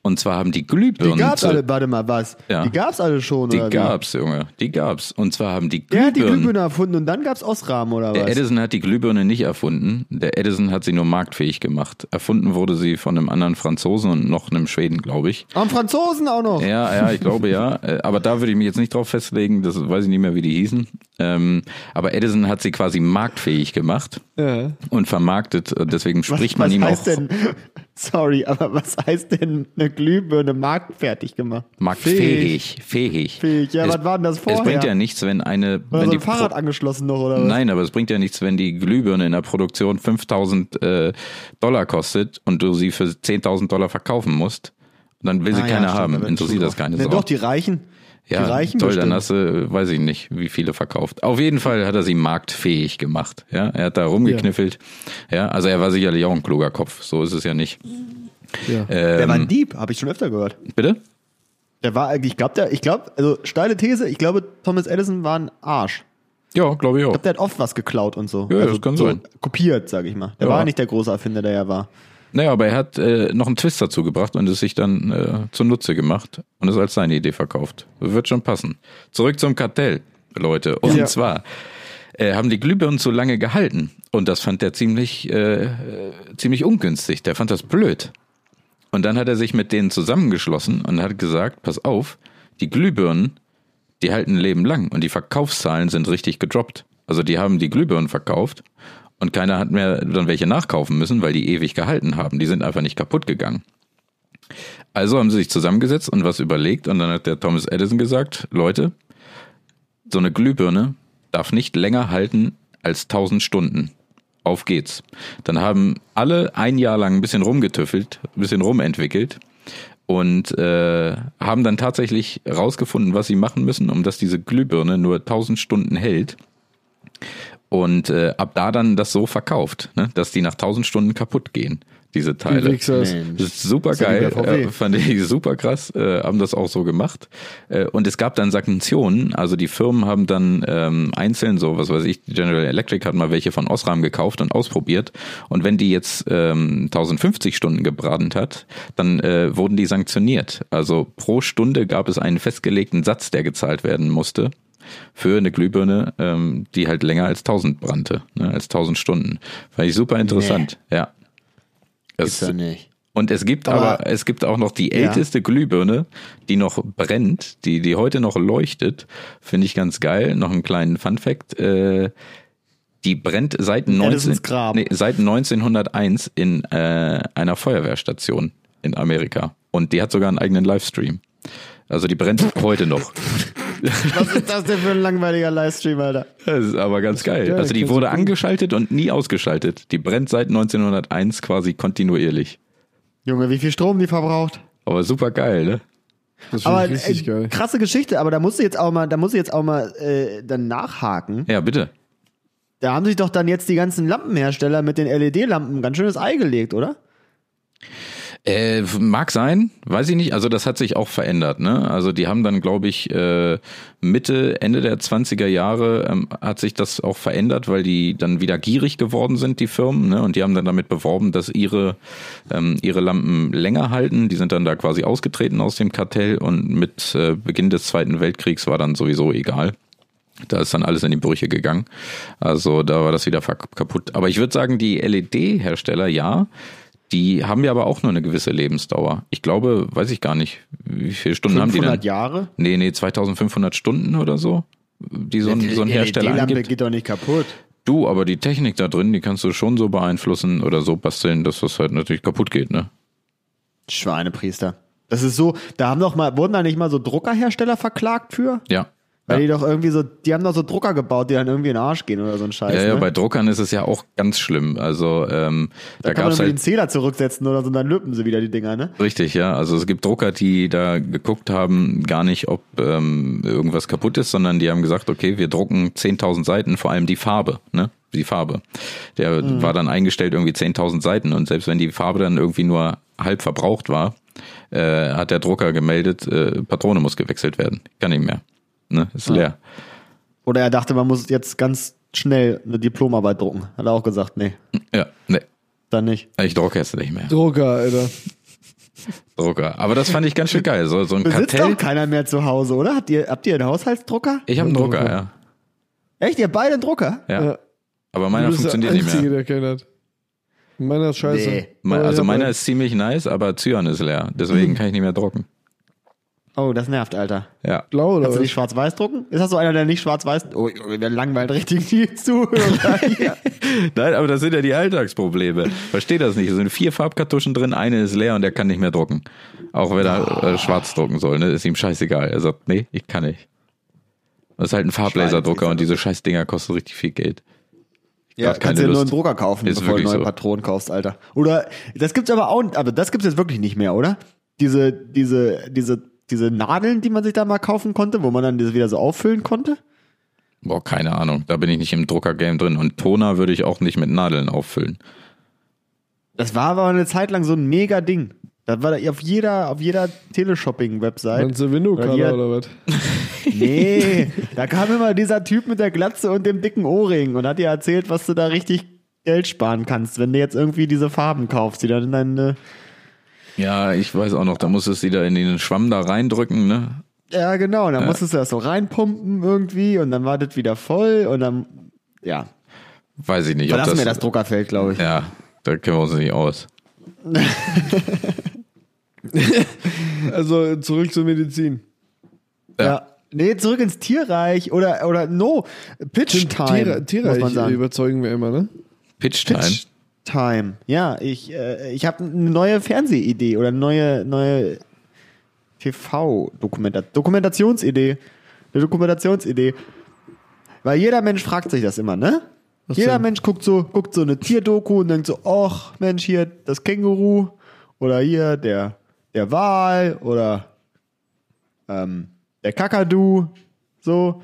S1: Und zwar haben die Glühbirnen.
S3: die gab's
S1: zu-
S3: alle, warte mal, was?
S1: Ja.
S3: Die gab's alle schon,
S1: die
S3: oder? wie?
S1: gab's, Junge. Die gab's. Und zwar haben die
S3: Der hat die
S1: Glühbirnen
S3: Glühbirne erfunden und dann gab's Osram, oder
S1: Der
S3: was?
S1: Edison hat die Glühbirne nicht erfunden. Der Edison hat sie nur marktfähig gemacht. Erfunden wurde sie von einem anderen Franzosen und noch einem Schweden, glaube ich.
S3: Am Oh, Franzosen auch noch.
S1: Ja, ja, ich glaube ja. Äh, Aber da würde ich mich jetzt nicht drauf festlegen. Das weiß ich nicht mehr, wie die hießen. Ähm, aber Edison hat sie quasi marktfähig gemacht
S2: Ja.
S1: und vermarktet. Und Deswegen
S3: was
S1: spricht man
S3: was
S1: ihm
S3: heißt
S1: auch
S3: denn, sorry, aber was heißt denn eine Glühbirne marktfertig gemacht?
S1: marktfähig. Fähig.
S3: Fähig. Ja,
S1: es,
S3: was war denn das vorher?
S1: Es bringt ja nichts, wenn eine.
S3: Oder
S1: wenn
S3: so
S1: die
S3: ein Fahrrad
S1: Pro-
S3: angeschlossen noch, oder was?
S1: Nein, aber es bringt ja nichts, wenn die Glühbirne in der Produktion 5000 äh, Dollar kostet und du sie für 10.000 Dollar verkaufen musst. Dann will sie
S3: Ah, ja,
S1: keiner
S3: stimmt, da
S1: haben.
S3: wird
S1: Interessiert
S3: schon
S1: das
S3: drauf.
S1: keine
S3: Ne,
S1: Sau.
S3: Doch, die Reichen.
S1: ja,
S3: die Reichen
S1: toll,
S3: bestimmt.
S1: dann hast du, äh, weiß ich nicht, wie viele verkauft. Auf jeden Fall hat er sie marktfähig gemacht. Ja, er hat da rumgekniffelt. Ja, also er war sicherlich auch ein kluger Kopf. So ist es ja nicht.
S2: ja.
S1: Ähm,
S3: Der war ein Dieb, habe ich schon öfter gehört.
S1: bitte?
S3: Der war, ich glaube, der, ich glaube, also steile These, ich glaube, Thomas Edison war ein Arsch.
S1: Ja, glaube ich auch.
S3: Ich glaube, der hat oft was geklaut und so.
S1: Ja,
S3: also
S1: das kann
S3: so
S1: sein.
S3: Kopiert, sage ich mal. Der
S1: Ja.
S3: war nicht der große Erfinder, der er war.
S1: Naja, aber er hat äh, noch einen Twist dazu gebracht und es sich dann äh, zunutze gemacht und es als seine Idee verkauft. Wird schon passen. Zurück zum Kartell, Leute. Und
S2: Ja.
S1: zwar äh, haben die Glühbirnen zu lange gehalten und das fand der ziemlich, äh, äh, ziemlich ungünstig. Der fand das blöd. Und dann hat er sich mit denen zusammengeschlossen und hat gesagt, pass auf, die Glühbirnen, die halten ein Leben lang und die Verkaufszahlen sind richtig gedroppt. Also die haben die Glühbirnen verkauft und keiner hat mehr dann welche nachkaufen müssen, weil die ewig gehalten haben. Die sind einfach nicht kaputt gegangen. Also haben sie sich zusammengesetzt und was überlegt und dann hat der Thomas Edison gesagt, Leute, so eine Glühbirne darf nicht länger halten als 1000 Stunden. auf geht's. Dann haben alle ein Jahr lang ein bisschen rumgetüffelt, ein bisschen rumentwickelt und äh, haben dann tatsächlich rausgefunden, was sie machen müssen, um dass diese Glühbirne nur 1000 Stunden hält. Und äh, ab da dann das so verkauft, ne? dass die nach 1000 Stunden kaputt gehen, diese
S2: Die
S1: Teile.
S2: Wichsers.
S1: Das ist super
S3: ja wie
S1: geil,
S3: bei VW.
S1: äh, fand ich super krass, äh, haben das auch so gemacht. Äh, und es gab dann Sanktionen, also die Firmen haben dann ähm, einzeln so, was weiß ich, General Electric hat mal welche von Osram gekauft und ausprobiert. Und wenn die jetzt ähm, 1050 Stunden gebrannt hat, dann äh, wurden die sanktioniert. Also pro Stunde gab es einen festgelegten Satz, der gezahlt werden musste für eine Glühbirne, ähm, die halt länger als 1000 brannte, ne, als 1000 Stunden. Fand ich super interessant, ja.
S3: Ist ja nicht.
S1: Und es gibt aber,
S3: Aber-
S1: es gibt auch noch die
S3: Ja.
S1: älteste Glühbirne, die noch brennt, die, die heute noch leuchtet. Finde ich ganz geil. Noch einen kleinen Funfact. Äh, die brennt seit, 19,
S3: Edisons Grab.
S1: nee, seit 1901 in äh, einer Feuerwehrstation in Amerika. Und die hat sogar einen eigenen Livestream. Also die brennt heute noch.
S3: Was ist das denn für ein langweiliger Livestream, Alter?
S1: Das ist aber ganz geil.
S2: geil,
S1: also die
S2: klingt so
S1: wurde
S2: cool.
S1: angeschaltet und nie ausgeschaltet. Die brennt seit 1901 quasi kontinuierlich.
S3: Junge, wie viel Strom die verbraucht?
S1: Aber super geil, ne?
S2: Das finde
S3: Aber
S2: ich richtig
S3: äh,
S2: geil.
S3: krasse Geschichte, aber da musst du jetzt auch mal, da musst du jetzt auch mal äh, dann nachhaken.
S1: Ja, bitte.
S3: Da haben sich doch dann jetzt die ganzen Lampenhersteller mit den LED-Lampen ganz schönes Ei gelegt, oder?
S1: Äh, mag sein, weiß ich nicht. Also das hat sich auch verändert. Ne? Also die haben dann, glaube ich, äh, Mitte, Ende der 20er Jahre ähm, hat sich das auch verändert, weil die dann wieder gierig geworden sind, die Firmen. Ne? Und die haben dann damit beworben, dass ihre, ähm, ihre Lampen länger halten. Die sind dann da quasi ausgetreten aus dem Kartell. Und mit äh, Beginn des Zweiten Weltkriegs war dann sowieso egal. Da ist dann alles in die Brüche gegangen. Also da war das wieder verk- kaputt. Aber ich würde sagen, die LED-Hersteller, ja, die haben ja aber auch nur eine gewisse Lebensdauer. Ich glaube, weiß ich gar nicht, wie viele Stunden haben die denn?
S3: 500 Jahre?
S1: Nee, nee, 2500 Stunden oder so, die so ein, so ein
S3: Die
S1: Hersteller
S3: LED-Lampe
S1: angibt.
S3: geht doch nicht kaputt.
S1: Du, aber die Technik da drin, die kannst du schon so beeinflussen oder so basteln, dass das halt natürlich kaputt geht, ne?
S3: Schweinepriester. Das ist so, da haben doch mal, wurden da nicht mal so Druckerhersteller verklagt für?
S1: Ja.
S3: Weil
S1: ja.
S3: die doch irgendwie so, die haben doch so Drucker gebaut, die dann irgendwie in den Arsch gehen oder so ein Scheiß.
S1: Ja, ja,
S3: ne?
S1: bei Druckern ist es ja auch ganz schlimm. Also ähm, da,
S3: da kann man
S1: gab's
S3: irgendwie
S1: halt
S3: den Zähler zurücksetzen oder so, und dann lüppen sie wieder die Dinger, ne?
S1: Richtig, ja. Also es gibt Drucker, die da geguckt haben, gar nicht, ob ähm, irgendwas kaputt ist, sondern die haben gesagt, okay, wir drucken 10.000 Seiten, vor allem die Farbe, ne? Die Farbe. Der
S3: Mhm.
S1: war dann eingestellt irgendwie 10.000 Seiten und selbst wenn die Farbe dann irgendwie nur halb verbraucht war, äh, hat der Drucker gemeldet, äh, Patrone muss gewechselt werden. Kann nicht mehr. Ne? Ist
S3: Ah.
S1: leer.
S3: Oder er dachte, man muss jetzt ganz schnell eine Diplomarbeit drucken. Hat er auch gesagt, nee,
S1: Ja, ne.
S3: dann nicht.
S1: Ich drucke jetzt nicht mehr.
S2: Drucker, Alter.
S1: Drucker. Aber das fand ich ganz schön geil. So, so ein
S3: Besitzt
S1: Kartell.
S3: doch keiner mehr zu Hause, oder? Habt ihr, habt ihr einen Haushaltsdrucker?
S1: Ich habe einen Drucker, ja.
S3: Echt, ihr habt beide einen Drucker?
S1: ja.
S2: Ja.
S1: Aber meiner
S2: du bist der
S1: funktioniert nicht mehr.
S2: Einzige, der keinen hat. Meiner ist scheiße.
S3: Nee.
S1: Me-
S2: Aber ich
S1: Also
S2: hab
S1: meiner
S2: einen.
S1: ist ziemlich nice, aber Cyan ist leer. Deswegen kann ich nicht mehr drucken.
S3: Oh, das nervt, Alter.
S1: Ja.
S2: blau oder
S3: Kannst du
S2: was?
S3: nicht schwarz-weiß drucken? Ist das so einer, der nicht schwarz-weiß... Oh, der langweilt richtig die Zuhörer hier.
S1: Nein, aber das sind ja die Alltagsprobleme. Verstehe das nicht. Es sind vier Farbkartuschen drin, eine ist leer und er kann nicht mehr drucken. Auch wenn er äh, schwarz drucken soll, ne? Ist ihm scheißegal. Er sagt, nee, ich kann nicht. Das ist halt ein Farblaserdrucker und diese scheiß Dinger kosten richtig viel Geld.
S3: Ja,
S1: hab keine
S3: kannst dir nur
S1: Lust.
S3: einen Drucker kaufen,
S1: Ist
S3: bevor du
S1: wirklich
S3: neue
S1: so.
S3: Patronen kaufst, Alter. Oder das gibt's aber auch, aber das gibt's jetzt wirklich nicht mehr, oder? Diese, diese, diese, diese Nadeln, die man sich da mal kaufen konnte, wo man dann diese wieder so auffüllen konnte.
S1: Boah, keine Ahnung. Da bin ich nicht im Drucker-Game drin. Und Toner würde ich auch nicht mit Nadeln auffüllen.
S3: Das war aber eine Zeit lang so ein mega Ding. Das war da auf jeder, auf jeder Teleshopping-Website.
S2: Meinst du Window-Color
S3: jeder-
S2: oder was?
S3: Nee, da kam immer dieser Typ mit der Glatze und dem dicken Ohrring und hat dir erzählt, was du da richtig Geld sparen kannst, wenn du jetzt irgendwie diese Farben kaufst, die dann in deine.
S1: Ja, ich weiß auch noch. Da muss es wieder in den Schwamm da reindrücken, ne?
S3: Ja, genau. Und dann musstest du das so reinpumpen irgendwie und dann war das wieder voll und dann, ja.
S1: Weiß ich nicht. ob
S3: Verlassen wir das Druckerfeld, glaube ich.
S1: Ja, da kennen wir uns nicht aus.
S2: Also zurück zur Medizin.
S1: Ja.
S3: Ja. Nee, zurück ins Tierreich oder, oder no, Pitch Time,
S2: Tiere, Tiere
S3: muss man
S2: ich,
S3: sagen.
S2: überzeugen wir immer, ne?
S1: Pitch Time.
S3: Pitch Time. Ja, ich, äh, ich habe eine neue Fernsehidee oder eine neue, neue TV-Dokumentationsidee. Eine Dokumentationsidee. Weil jeder Mensch fragt sich das immer, ne? Jeder
S2: denn?
S3: Mensch guckt so, guckt so eine Tierdoku und denkt so, ach Mensch, hier das Känguru oder hier der, der Wal oder ähm, der Kakadu. So.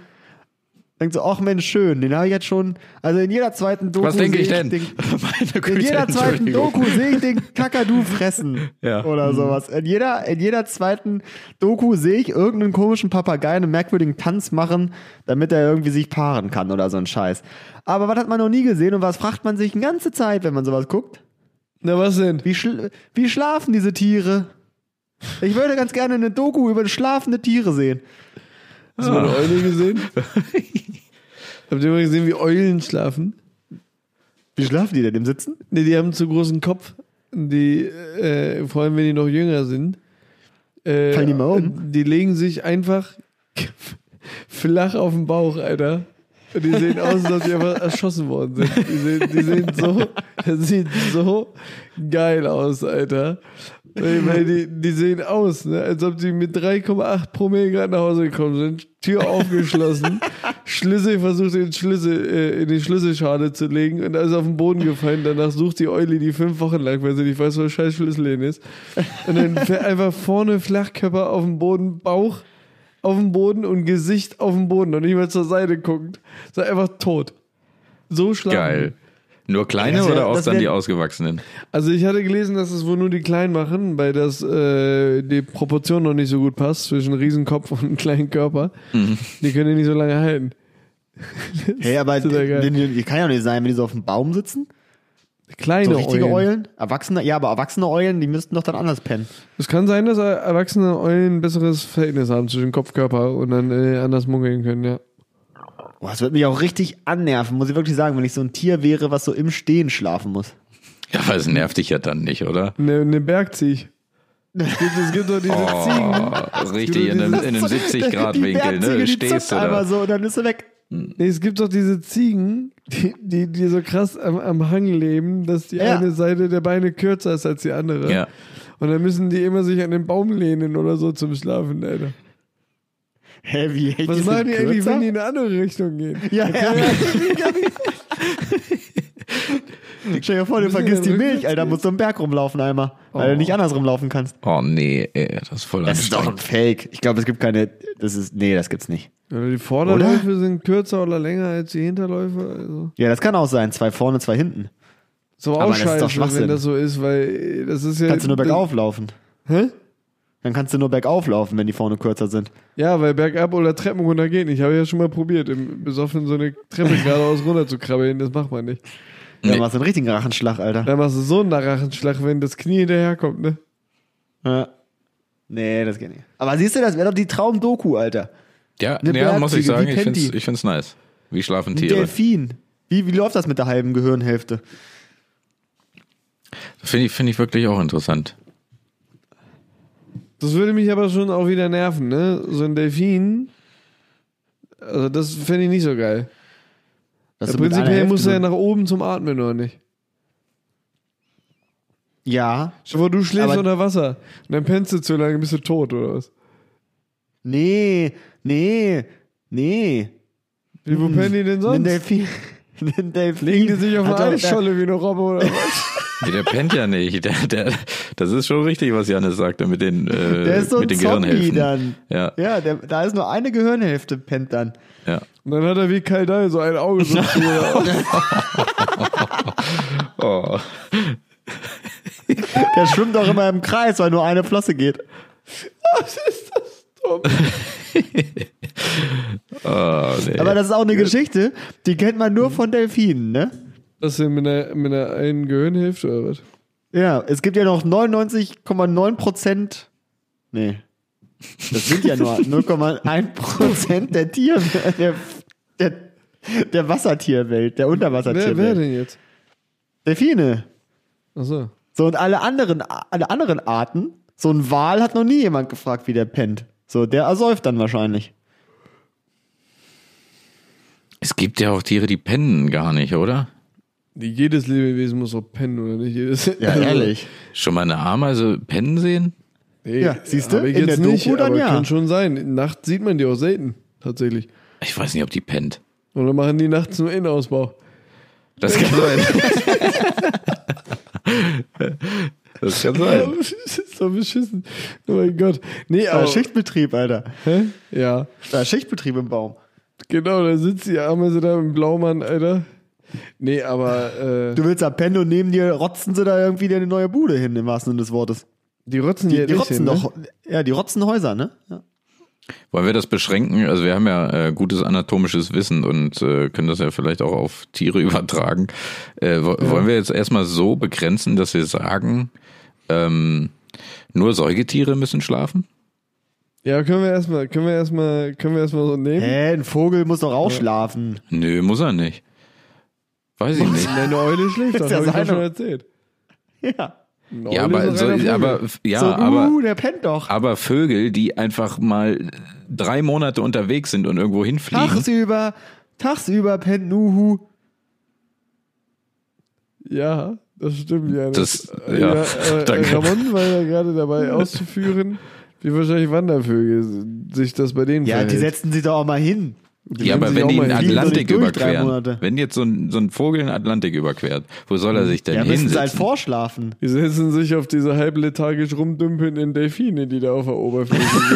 S3: Denkt so, ach Mensch, schön, den habe ich jetzt schon. Also in jeder zweiten Doku.
S1: Was denke
S3: sehe
S1: ich denn?
S3: Den,
S1: Meine
S3: in
S1: Güte,
S3: jeder zweiten
S1: Entschuldigung.
S3: Doku sehe ich den Kakadu fressen.
S1: Ja.
S3: Oder sowas. In jeder, in jeder zweiten Doku sehe ich irgendeinen komischen Papagei einen merkwürdigen Tanz machen, damit er irgendwie sich paaren kann oder so ein Scheiß. Aber was hat man noch nie gesehen und was fragt man sich die ganze Zeit, wenn man sowas guckt?
S2: Na, was denn?
S3: Wie, schl wie schlafen diese Tiere? Ich würde ganz gerne eine Doku über schlafende Tiere sehen.
S2: Hast du mal
S3: Ah.
S2: eine Eule gesehen? Habt ihr mal gesehen, wie Eulen schlafen?
S3: Wie schlafen die denn im Sitzen?
S2: Ne, die haben einen zu großen Kopf. Die, äh, vor allem wenn die noch jünger sind. Äh,
S3: Fallen die mal um?
S2: Die legen sich einfach flach auf den Bauch, Alter. Und die sehen aus, als ob die einfach erschossen worden sind. Die sehen, die sehen so, das sieht so geil aus, Alter. Weil, weil die, die sehen aus, ne? als ob die mit 3,8 Promille gerade nach Hause gekommen sind, Tür aufgeschlossen, Schlüssel versucht in, den Schlüssel, äh, in die Schlüsselschale zu legen und ist auf den Boden gefallen. Danach sucht die Eule die fünf Wochen lang, weil sie nicht weiß, wo der scheiß Schlüssel hin ist. Und dann fährt einfach vorne Flachkörper auf den Boden, Bauch auf dem Boden und Gesicht auf dem Boden und nicht mal zur Seite guckend. So einfach tot. So schlafen.
S1: Geil. Nur kleine
S3: Das wär-
S1: oder auch
S3: das
S1: dann
S3: wär-
S1: die ausgewachsenen?
S2: Also ich hatte gelesen, dass es wohl nur die Kleinen machen, weil das äh, die Proportion noch nicht so gut passt zwischen Riesenkopf und einem kleinen Körper. Die können die nicht so lange halten.
S3: Hey, aber
S2: Total geil.
S3: die, die, die kann ja nicht sein, wenn die so auf dem Baum sitzen.
S2: Kleine
S3: So richtige
S2: Eulen.
S3: Eulen. Erwachsene, ja, aber erwachsene Eulen, die müssten doch dann anders pennen.
S2: Es kann sein, dass er- erwachsene Eulen ein besseres Verhältnis haben zwischen Kopf und Körper und dann äh, anders munkeln können, ja.
S3: Boah, das wird mich auch richtig annerven, muss ich wirklich sagen, wenn ich so ein Tier wäre, was so im Stehen schlafen muss.
S1: Ja, aber es nervt dich ja dann nicht, oder?
S2: Eine ne Bergziech. Es gibt, es gibt doch diese Ziegen.
S1: richtig, in einem, in einem
S3: So, die
S1: 70-Grad-Winkel,
S3: Bergziege,
S1: ne?
S3: die
S1: Stehst
S3: zuckt
S1: du
S3: einmal
S1: da.
S3: so und dann ist sie weg.
S2: Nee, es gibt doch diese Ziegen, die, die, die so krass am, am Hang leben, dass die
S3: Ja.
S2: eine Seite der Beine kürzer ist als die andere.
S1: Ja.
S2: Und dann müssen die immer sich an den Baum lehnen oder so zum Schlafen, Alter.
S3: Hä, wie? echt,
S2: Was
S3: sind
S2: machen die eigentlich,
S3: kürzer?
S2: wenn die in eine andere Richtung gehen?
S3: Ja, ja. Stell dir vor, du
S2: Müssen
S3: vergisst die
S2: wir
S3: Milch,
S2: rückwärts
S3: Alter, musst du im Berg rumlaufen einmal, weil du nicht anders rumlaufen kannst.
S1: Oh nee, ey, das ist voll
S3: Das ist doch
S1: anstrengend.
S3: ein Fake. Ich glaube, es gibt keine, das ist, nee, das gibt's nicht.
S2: Oder die Vorderläufe sind kürzer oder länger als die Hinterläufe. Also.
S3: Ja, das kann auch sein, zwei vorne, zwei hinten.
S2: Ist aber auch
S3: Aber das ist
S2: scheiße,
S3: doch Schwachsinn.
S2: wenn das so ist, weil äh, das ist ja.
S3: Kannst du nur
S2: das-
S3: bergauf laufen.
S2: Hä?
S3: Dann kannst du nur bergauf laufen, wenn die vorne kürzer sind.
S2: Ja, weil bergab oder Treppen runter geht nicht. Habe ich ja schon mal probiert, im Besoffen so eine Treppe geradeaus runter zu krabbeln. Das macht man nicht.
S3: Dann
S1: Nee.
S3: machst du einen richtigen Rachenschlag, Alter.
S2: Dann machst du so einen Narrachenschlag, wenn das Knie hinterherkommt, ne?
S3: Ja. Nee, das geht nicht. Aber siehst du, das wäre doch die Traumdoku, Alter.
S1: Ja,
S3: eine
S1: ja muss ich
S3: Bergziege,
S1: sagen,
S3: wie
S1: ich
S3: pennt
S1: find's,
S3: die?
S1: ich find's nice. Wie schlafen
S3: Ein
S1: Tiere?
S3: Delfin. Wie, wie läuft das mit der halben Gehirnhälfte?
S1: Finde ich, find ich wirklich auch interessant.
S2: Das würde mich aber schon auch wieder nerven, ne? So ein Delfin. Also, das fände ich nicht so geil.
S3: Dass
S2: Ja,
S3: du mit einer
S2: prinzipiell
S3: Hälfte
S2: muss er ja
S3: nur-
S2: nach oben zum Atmen, oder nicht?
S3: Ja.
S2: Stell dir vor, du schläfst
S3: Aber-
S2: unter Wasser und dann pennst du zu lange, bist du tot, oder was?
S3: Nee, nee, nee.
S2: Wie, wo pennen die denn
S3: Hm. Ein
S2: sonst?
S3: Delfin. Ein Delfin.
S2: Legen die sich auf
S3: hat
S2: eine
S3: doch-
S2: Eisscholle wie eine Robbe, oder was?
S1: Nee, der pennt ja nicht. Der, der, das ist schon richtig, was Janis sagte mit den, äh,
S3: Der ist so ein
S1: mit den
S3: Zombie
S1: Gehirnhälften.
S3: dann.
S1: Ja,
S3: Ja, der, da ist nur eine Gehirnhälfte, pennt dann.
S1: ja.
S2: Und dann hat er wie Kaldai so ein Auge so zu, oder?
S1: Oh.
S3: Der schwimmt doch immer im Kreis, weil nur eine Flosse geht.
S2: Was ist das dumm?
S1: Oh, nee.
S3: Aber das ist auch eine Geschichte, die kennt man nur von Delfinen, ne?
S2: Dass er mit einer, mit einer einen Gehirnhälfte, oder was?
S3: Ja, es gibt ja noch 99,9 Prozent. Nee. Das sind ja nur 0,1 Prozent der Tier, der, der, der Wassertierwelt, der
S2: Wer, wer
S3: Unterwassertierwelt.
S2: denn jetzt?
S3: Delfine.
S2: Achso.
S3: So, und alle anderen, alle anderen Arten, so ein Wal hat noch nie jemand gefragt, wie der pennt. So, der ersäuft dann wahrscheinlich.
S1: Es gibt ja auch Tiere, die pennen gar nicht, oder?
S2: Jedes Lebewesen muss auch pennen, oder nicht? Jedes, Also,
S1: Schon mal eine Ameise pennen sehen?
S2: Nee,
S3: Ja, siehst du?
S2: hab ich
S3: In
S2: jetzt
S3: der
S2: nicht,
S3: Doku dann
S2: aber
S3: ja.
S2: Kann schon sein. Nacht sieht man die auch selten, tatsächlich.
S1: Ich weiß nicht, ob die pennt.
S2: Oder machen die nachts nur Innenausbau?
S1: Das kann sein. das kann sein.
S2: Das ist so beschissen. Oh mein Gott. Nee,
S3: Da
S2: aber.
S3: ist äh, Schichtbetrieb, Alter.
S2: Hä? Ja.
S3: Da ist Schichtbetrieb im Baum.
S2: Genau, da sitzt die Ameise da im Blaumann, Alter. Nee, aber äh,
S3: Du willst da pennen und neben dir rotzen sie da irgendwie dir eine neue Bude hin, im wahrsten Sinne des Wortes.
S2: die rotzen
S3: Die,
S2: ja ne?
S3: die
S2: nicht
S3: rotzen
S2: hin,
S3: doch. Ja, die rotzen Häuser, ne? Ja.
S1: Wollen wir das beschränken? Also wir haben ja äh, gutes anatomisches Wissen und äh, können das ja vielleicht auch auf Tiere übertragen. Äh, wo, Wollen wir jetzt erstmal so begrenzen, dass wir sagen, ähm, nur Säugetiere müssen schlafen?
S2: Ne? Ja, können wir erstmal, können wir erstmal, können wir erstmal so nehmen.
S3: Hä, ein Vogel muss doch auch schlafen.
S1: Nö, muss er nicht. Weiß ich nicht.
S2: Nee, eine Eule schläft, das
S3: Ist ja
S2: habe ich doch
S3: seine-
S2: schon erzählt.
S3: Ja.
S2: Eine
S1: Ja,
S2: Eule
S1: aber,
S2: ist ein
S1: so,
S2: reiner Vogel.
S1: aber ja,
S3: so, uh,
S1: aber
S3: der pennt doch.
S1: aber Vögel, die einfach mal drei Monate unterwegs sind und irgendwo hinfliegen.
S3: Tagsüber, tagsüber pennt Nuhu.
S2: Ja, das stimmt, Janis.
S1: Das-
S2: Äh,
S1: ja,
S2: äh,
S1: danke.
S2: Ramon war ja gerade dabei auszuführen, wie wahrscheinlich Wandervögel sich das bei denen
S3: Ja, die
S2: verhält.
S3: setzen sich doch auch mal hin.
S1: Ja, aber
S2: sich
S1: wenn
S2: auch
S1: die
S2: mal
S1: den
S2: hin,
S1: Atlantik
S3: die durch drei
S1: überqueren,
S3: Monate.
S1: wenn jetzt so ein, so ein Vogel den Atlantik überquert, wo soll er sich denn
S3: Ja, müssen sie halt
S1: hinsetzen?
S3: vorschlafen.
S2: Die setzen sich auf diese halb lethargisch rumdümpelnden Delfine, die da auf der Oberfläche sind.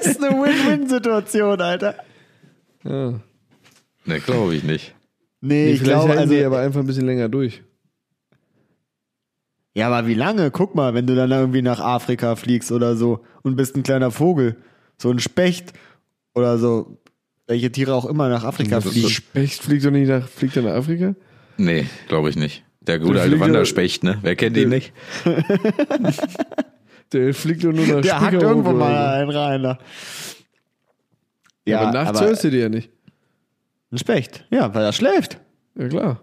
S3: Das ist eine Win-Win-Situation, Alter.
S2: Ja.
S1: Ne, glaube ich nicht.
S3: Nee,
S2: Nee,
S3: ich
S2: vielleicht
S3: glaube,
S2: halten
S3: also.
S2: die aber einfach ein bisschen länger durch.
S3: ja, aber wie lange? Guck mal, wenn du dann irgendwie nach Afrika fliegst oder so und bist ein kleiner Vogel, so ein Specht oder so, welche Tiere auch immer nach Afrika
S1: Das ist
S3: fliegen.
S2: Specht fliegt doch nicht nach, fliegt er nach Afrika?
S1: Nee, glaube ich nicht. Der gute
S2: Der
S1: alte
S2: Flieger-
S1: Wanderspecht, ne? Wer kennt ihn
S2: Der-
S1: nicht?
S2: Der fliegt doch nur nach
S3: Der hackt
S2: Spiekeroog
S3: irgendwo
S2: oder
S3: mal einen rein. da.
S2: so.
S3: Ja,
S2: aber nachts hörst du die ja nicht.
S3: ein Specht. Ja, weil er schläft.
S2: Ja, klar.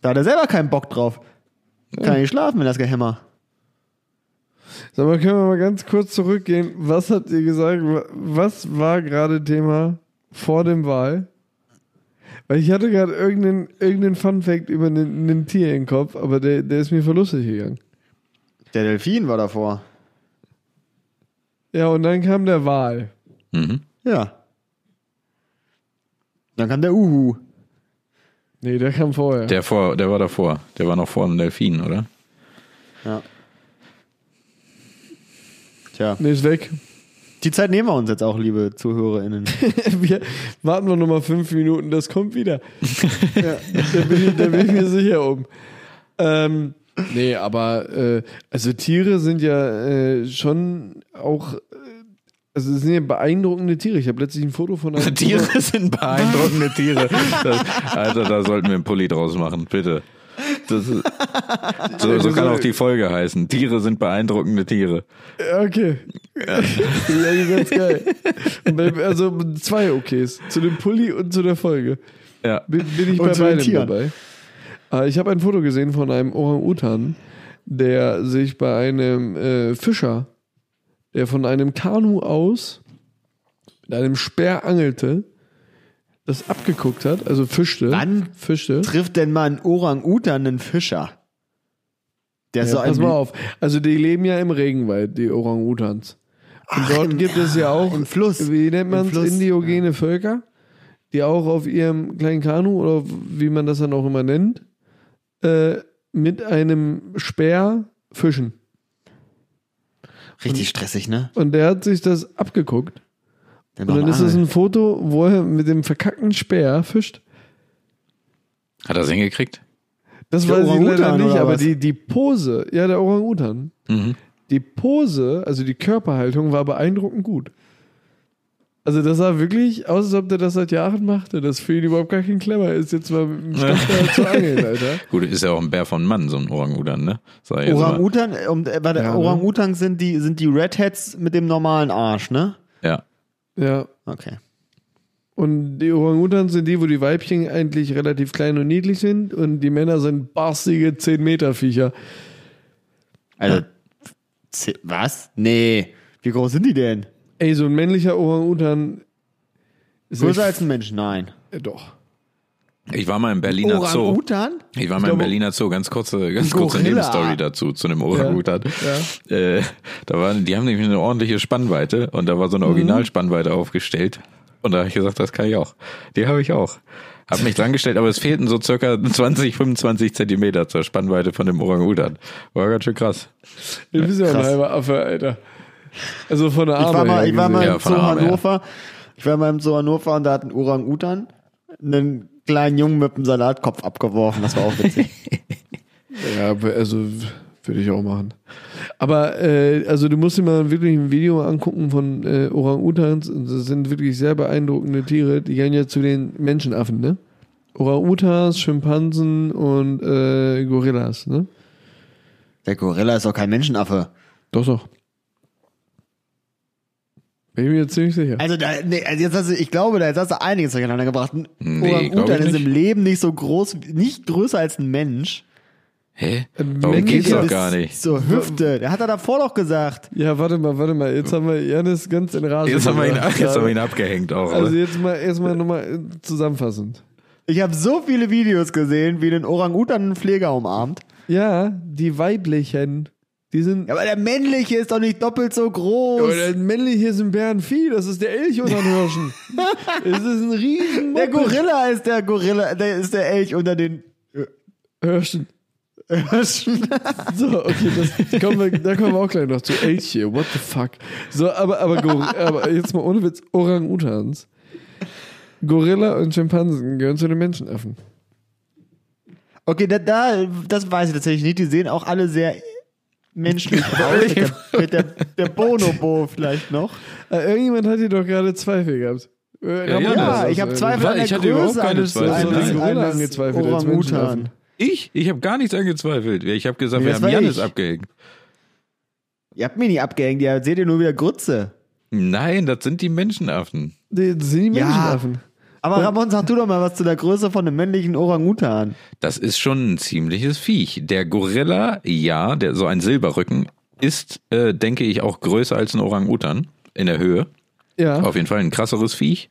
S3: Da hat er selber keinen Bock drauf. Kann nicht schlafen, wenn das Gehämmer.
S2: Sag mal, können wir mal ganz kurz zurückgehen? Was habt ihr gesagt? Wa- Was war gerade Thema vor dem Wahl? Weil ich hatte gerade irgendeinen irgendeinen Funfact über einen, einen Tier im Kopf, aber der, der ist mir verlustig gegangen.
S3: Der Delfin war davor.
S2: Ja, und dann kam der Wahl.
S1: Mhm.
S3: Ja. Dann kam der Uhu.
S2: Nee, der kam vorher.
S1: Der, vor, der war davor. Der war noch vor dem Delfin, oder?
S3: Ja. Tja.
S2: Nee, ist weg.
S3: Die Zeit nehmen wir uns jetzt auch, liebe ZuhörerInnen.
S2: Wir, warten wir nochmal fünf Minuten, das kommt wieder. ja, da, bin ich, da bin ich mir sicher um. Ähm, nee, aber äh, also Tiere sind ja äh, schon auch, äh, also es sind ja beeindruckende Tiere. Ich habe letztlich ein Foto von einem
S1: Tiere sind beeindruckende Tiere. Das, Alter, da sollten wir einen Pulli draus machen, bitte. Das ist, so, so kann auch die Folge heißen. Tiere sind beeindruckende Tiere.
S2: Ja, Okay. Ja, die sind ganz geil. Und bei- Also zwei Okays. Zu dem Pulli und zu der Folge.
S1: Ja.
S2: Bin, bin ich
S3: Und
S2: bei
S3: zu den
S2: beidem
S3: Tieren.
S2: dabei. Äh, ich habe ein Foto gesehen von einem Orang-Utan, der sich bei einem äh, Fischer, der von einem Kanu aus mit einem Speer angelte, das abgeguckt hat, also fischte.
S3: Wann?
S2: Fischte.
S3: Trifft denn mal ein Orang-Utan einen Fischer? Der ist
S2: Ja,
S3: so ein
S2: pass mal auf. Also die leben ja im Regenwald, die Orang-Utans. Und dort gibt es ja auch,
S3: im Fluss.
S2: wie nennt man es,
S3: Fluss,
S2: indiogene Völker, die auch auf ihrem kleinen Kanu oder wie man das dann auch immer nennt, äh, mit einem Speer fischen.
S3: Richtig stressig, ne?
S2: Und der hat sich das abgeguckt.
S3: Der
S2: Und
S3: braucht
S2: dann
S3: eine
S2: ist es
S3: Angel.
S2: ein Foto, wo er mit dem verkackten Speer fischt.
S1: Hat er es hingekriegt?
S2: Das
S3: Der
S2: weiß ich leider
S3: Orang-Utan
S2: nicht,
S3: oder
S2: aber
S3: was?
S2: die, die Pose, ja, der Orang-Utan,
S1: Mhm.
S2: die Pose, also die Körperhaltung war beeindruckend gut. Also das sah wirklich aus, als ob der das seit Jahren machte, dass für ihn überhaupt gar kein Klemmer ist, jetzt mal mit dem Stock da zu angeln, Alter.
S1: Gut, ist ja auch ein Bär von Mann, so ein Orang-Udan, ne? Sag ich jetzt mal.
S3: Orang-Utan, äh, um, äh, warte,
S2: Ja, ne?
S3: Orang-Utans sind die, sind die Redheads mit dem normalen Arsch, ne?
S1: Ja.
S2: Ja.
S3: Okay.
S2: Und die Orang-Utans sind die, wo die Weibchen eigentlich relativ klein und niedlich sind und die Männer sind barstige 10-Meter-Viecher.
S3: Also, ze- was? Nee. Wie groß sind die denn?
S2: Ey, so ein männlicher Orang-Utan ist
S3: Größer
S2: echt-
S3: als ein Mensch? Nein.
S2: äh, doch.
S1: Ich war mal im Berliner Zoo. Ich war mal im
S2: glaube-
S1: Berliner Zoo, ganz kurze, ganz kurze
S3: Gorilla.
S1: Nebenstory dazu, zu einem Orang-Utan. Äh, da waren, die haben nämlich eine ordentliche Spannweite
S3: Mhm.
S1: und da war so eine Originalspannweite aufgestellt. Und da habe ich gesagt, das kann ich auch. Die habe ich auch. Hab mich dran gestellt, aber es fehlten so circa 20, 25 Zentimeter zur Spannweite von dem Orang-Utan. War ganz schön krass.
S2: Du bist ja auch ein
S3: Krass.
S2: halber Affe, Alter. Also von der Arme
S3: Ich war mal,
S2: her
S3: ich war mal
S2: gesehen.
S1: Ja,
S3: im
S1: von
S3: Zoo
S1: der Arme her.
S3: Hannover. Ich war mal im Zoo Hannover und da hat ein Orang-Utan einen kleinen Jungen mit einem Salatkopf abgeworfen. Das war auch witzig.
S2: Ja, aber also würde ich auch machen. Aber äh, also du musst dir mal wirklich ein Video angucken von äh, Orang-Utans. Das sind wirklich sehr beeindruckende Tiere. Die gehören ja zu den Menschenaffen, ne? Orang-Utans, Schimpansen und äh, Gorillas, ne?
S3: Der Gorilla ist doch kein Menschenaffe.
S2: Doch, doch. Bin ich mir jetzt ziemlich sicher.
S3: Also, da, nee, also jetzt hast du, ich glaube, da jetzt hast du einiges durcheinander gebracht. Ein
S1: Nee, glaub
S3: Orang-Utan
S1: ich
S3: ist im
S1: nicht.
S3: Leben nicht so groß, nicht größer als ein Mensch.
S1: Hä?
S2: Mensch-
S1: Darum geht's
S3: Der
S1: doch
S3: bis
S1: gar nicht.
S3: Zur Hüfte. Der hat er davor doch gesagt.
S2: Ja, warte mal, warte mal. Jetzt haben wir Janis ganz in Rage.
S1: Jetzt haben, wir ihn,
S2: gebracht
S1: jetzt haben
S2: gerade.
S1: wir ihn abgehängt auch.
S2: Also
S1: oder?
S2: jetzt mal erstmal nochmal äh, zusammenfassend.
S3: Ich habe so viele Videos gesehen, wie den Orang-Utan einen Pfleger umarmt.
S2: Ja, die weiblichen, die sind.
S3: Ja, Aber der männliche ist doch nicht doppelt so
S2: Aber
S3: groß.
S2: der männliche ist ein Bärenvieh, das ist der Elch unter den Hirschen. es ist ein riesen
S3: Der Gorilla ist der Gorilla, der ist der Elch unter den
S2: Hirschen.
S3: Hirschen.
S2: So, okay, das kommen wir, da kommen wir auch gleich noch zu Elch hier. What the fuck? So, aber, aber, Gor- aber jetzt mal ohne Witz, Orang-Utans. Gorilla und Schimpansen gehören zu den Menschenaffen.
S3: Okay, da, da, das weiß ich tatsächlich nicht. Die sehen auch alle sehr menschlich aus. Mit der, mit der, der Bonobo vielleicht noch.
S2: Äh, irgendjemand hat hier doch gerade Zweifel gehabt. Äh,
S1: Ja,
S2: Ramon
S1: ja,
S2: hat das
S3: ich hab
S2: irgendwie.
S3: Zweifel an
S1: Ich
S3: der
S1: hatte überhaupt
S3: Größe
S1: keine
S3: eines,
S1: Zweifel.
S2: So
S1: Eines-
S2: als Gorilla
S3: eines, eines
S2: angezweifelt, als
S3: Orang-Utan.
S2: Menschenaffen.
S1: Ich? Ich habe gar nichts angezweifelt. Ich habe gesagt,
S3: Nee,
S1: wir
S3: das
S1: haben
S3: war
S1: Janis
S3: ich.
S1: abgehängt.
S3: Ihr habt mich nicht abgehängt, ihr seht ihr nur wieder Grütze.
S1: Nein, das sind die Menschenaffen.
S2: Die, das sind die
S3: Ja.
S2: Menschenaffen.
S3: Aber Ramon, sag du doch mal was zu der Größe von einem männlichen Orang-Utan.
S1: Das ist schon ein ziemliches Viech. Der Gorilla, ja, der so ein Silberrücken, ist, äh, denke ich, auch größer als ein Orang-Utan in der Höhe.
S2: Ja.
S3: Oh,
S1: Auf jeden Fall ein krasseres Viech.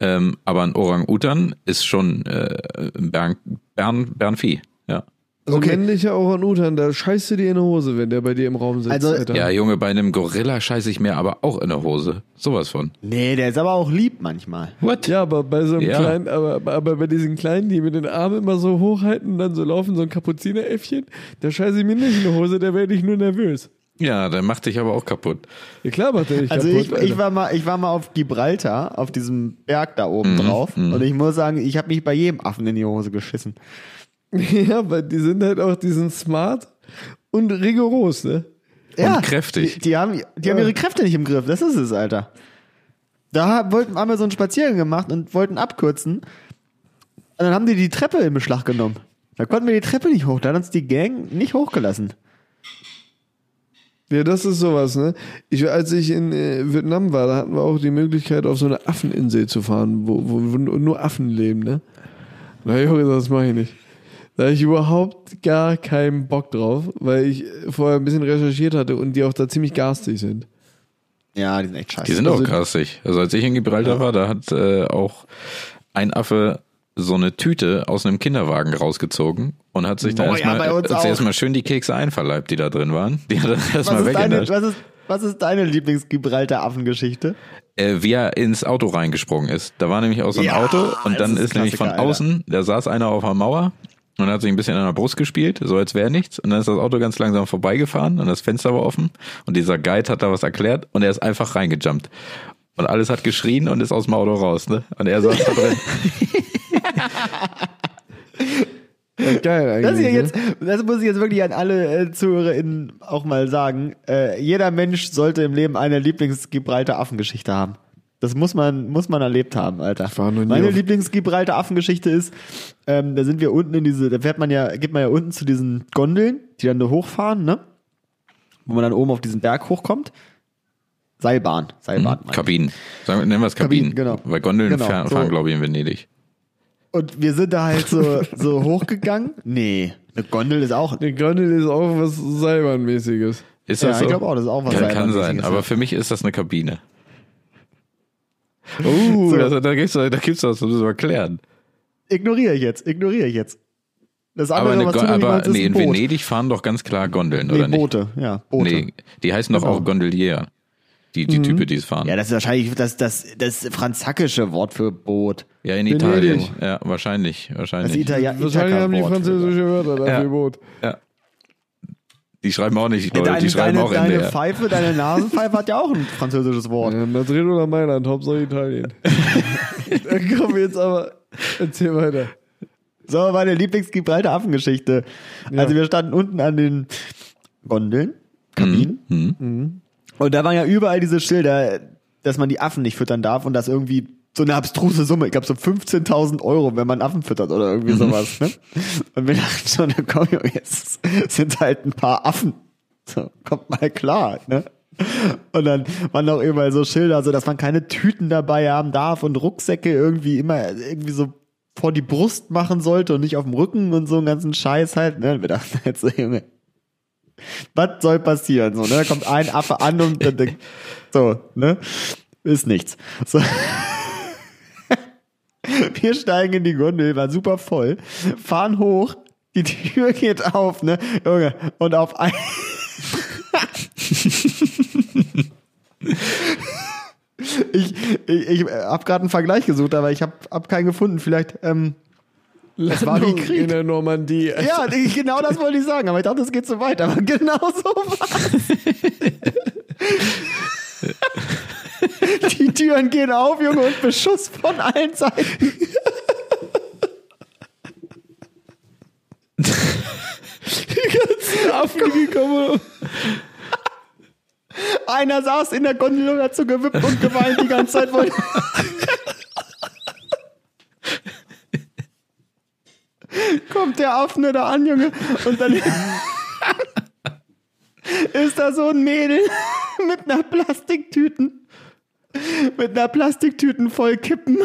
S1: Ähm, aber ein Orang-Utan ist schon äh, ein Bern, Bern, Bernvieh. Ja.
S2: Also
S3: Okay.
S2: männlicher Orang-Utan, da scheißt du dir in die Hose, wenn der bei dir im Raum sitzt.
S3: Also-
S2: Alter.
S1: ja, Junge, bei einem Gorilla scheiße ich mir aber auch in der Hose. Sowas von.
S3: Nee, der ist aber auch lieb manchmal.
S1: What?
S2: Ja, aber bei so einem
S1: Ja.
S2: kleinen, aber, aber bei diesen Kleinen, die mit den Armen immer so hochhalten und dann so laufen, so ein Kapuzineräffchen, da scheiße ich mir nicht in die Hose, da werde ich nur nervös.
S1: Ja, der macht dich aber auch kaputt.
S2: Ja, klar macht er dich
S3: Also
S2: kaputt,
S3: ich, ich,
S2: Alter.
S3: war mal, ich war mal auf Gibraltar, auf diesem Berg da
S1: Mhm,
S3: oben drauf. Und ich muss sagen, ich habe mich bei jedem Affen in die Hose geschissen.
S2: Ja, aber die sind halt auch, die sind smart und rigoros, ne?
S3: Ja,
S1: kräftig.
S3: Die, die, haben, die haben ihre Kräfte nicht im Griff. Das ist es, Alter. Da wollten, haben wir so einen Spaziergang gemacht und wollten abkürzen. Und dann haben die die Treppe in Beschlag genommen. Da konnten wir die Treppe nicht hoch. Da hat uns die Gang nicht hochgelassen.
S2: Ja, das ist sowas, ne? Ich, als ich in äh, Vietnam war, da hatten wir auch die Möglichkeit, auf so eine Affeninsel zu fahren, wo, wo, wo nur Affen leben, ne? Da hab ich auch gesagt, das mache ich nicht. Da hab ich überhaupt gar keinen Bock drauf, weil ich vorher ein bisschen recherchiert hatte und die auch da ziemlich garstig sind.
S3: Ja, die sind echt scheiße.
S1: Die sind
S2: Also-
S1: auch krassig. Also als ich in Gibraltar war, da hat äh, auch ein Affe so eine Tüte aus einem Kinderwagen rausgezogen und hat sich da
S3: Oh ja,
S1: erstmal
S3: bei uns
S1: hat sich
S3: auch.
S1: erstmal schön die Kekse einverleibt, die da drin waren. Die hat er
S3: was,
S1: erstmal
S3: ist deine,
S1: weggenascht.
S3: was, ist, was ist deine Lieblings-Gibraltar-Affengeschichte?
S1: Äh, wie er ins Auto reingesprungen ist. Da war nämlich auch so ein
S3: Ja,
S1: Auto und dann
S3: das ist
S1: ist, nämlich von
S3: Klassiker, Alter.
S1: außen, da saß einer auf einer Mauer und hat sich ein bisschen an der Brust gespielt, so als wäre nichts. Und dann ist das Auto ganz langsam vorbeigefahren und das Fenster war offen und dieser Guide hat da was erklärt und er ist einfach reingejumpt. Und alles hat geschrien und ist aus dem Auto raus, ne? Und er saß da drin.
S2: Ja, geil eigentlich.
S3: Das hier
S2: ne?
S3: jetzt, das muss ich jetzt wirklich an alle äh, ZuhörerInnen auch mal sagen. Äh, jeder Mensch sollte im Leben eine Lieblings-Gibraltar-Affengeschichte haben. Das muss man, muss man erlebt haben, Alter.
S2: war noch nie
S3: Meine
S2: auf-
S3: Lieblings-Gibraltar-Affengeschichte ist, ähm, da sind wir unten in diese, da fährt man ja, geht man ja unten zu diesen Gondeln, die dann da hochfahren, ne? Wo man dann oben auf diesen Berg hochkommt. Seilbahn, Seilbahn. meine ich.
S1: Kabinen. Sagen wir, nennen wir es Kabinen.
S3: Kabinen, genau.
S1: Weil Gondeln
S3: Genau,
S1: fahren,
S3: so.
S1: fahren, glaube ich, in Venedig.
S3: Und wir sind da halt so, so hochgegangen. Nee, eine Gondel ist auch,
S2: Eine Gondel ist auch was Seilbahnmäßiges.
S1: Ist
S3: Ja,
S1: das so?
S3: ich glaube auch, das ist auch was
S1: Kann, kann
S3: Seilbahnmäßiges,
S1: sein,
S3: ja.
S1: aber für mich ist das eine Kabine. Oh,
S3: So.
S1: das, da gibt's da gibt's was, um das müssen wir klären.
S3: Ignoriere ich jetzt, ignoriere ich jetzt. Das
S1: Aber,
S3: andere,
S1: eine,
S3: was
S1: Go-
S3: du nicht
S1: aber
S3: meinst, ist
S1: nee,
S3: ein
S1: in
S3: Boot.
S1: Venedig fahren doch ganz klar Gondeln,
S3: nee,
S1: oder nicht?
S3: Boote, ja, Boote.
S1: Nee, die heißen doch
S3: Genau.
S1: auch Gondelier. die, die
S3: Mhm.
S1: Typen, die es fahren.
S3: Ja, das ist wahrscheinlich das, das, das franzakische Wort für Boot.
S1: Ja, in
S2: Venedig.
S1: Italien. Ja, wahrscheinlich,
S3: Das
S1: wahrscheinlich.
S3: Italia
S2: Wahrscheinlich haben die
S3: Itaka-Wort für-
S2: französische Wörter dafür
S1: Ja.
S2: Boot.
S1: Die schreiben auch nicht, Leute,
S3: Deine,
S1: die schreiben
S3: deine,
S1: auch
S3: deine
S1: NDR.
S3: Pfeife, deine Nasenpfeife hat ja auch ein französisches Wort.
S2: Ja, Madrid oder Mailand, Hauptsache Italien. Dann kommen wir jetzt aber. Erzähl weiter.
S3: So, meine Lieblings-Gibraltar Affengeschichte. Also wir standen unten an den Gondeln, Kabinen. Mhm. Und da waren ja überall diese Schilder, dass man die Affen nicht füttern darf und dass irgendwie so eine abstruse Summe, ich glaube so 15.000 Euro, wenn man Affen füttert oder irgendwie sowas. Ne? Und wir dachten schon, na komm, Junge, jetzt sind halt ein paar Affen. So, kommt mal klar. Ne? Und dann waren auch überall so Schilder, so dass man keine Tüten dabei haben darf und Rucksäcke irgendwie immer irgendwie so vor die Brust machen sollte und nicht auf dem Rücken und so einen ganzen Scheiß halt. Ne? Und wir dachten halt so, Junge, was soll passieren? So, ne? Da kommt ein Affe an und dann denkt, so, ne? Ist nichts. So. Wir steigen in die Gondel, war super voll, fahren hoch, die Tür geht auf, ne? Junge, und auf ein Ich, ich, ich habe gerade einen Vergleich gesucht, aber ich habe hab keinen gefunden. Vielleicht ähm,
S2: Das
S3: war wie Krieg.
S2: in der Normandie.
S3: ja, ich- genau das wollte ich sagen, aber ich dachte, es geht so weit, aber genau so war's. Die Türen gehen auf, Junge, und Beschuss von allen Seiten.
S2: Affen gekommen.
S3: um. Einer saß in der Gondel und hat so gewippt und geweint die ganze Zeit. Wollte Kommt der Affne da an, Junge, und dann ist da so ein Mädel mit einer Plastiktüten, mit einer Plastiktüten voll Kippen.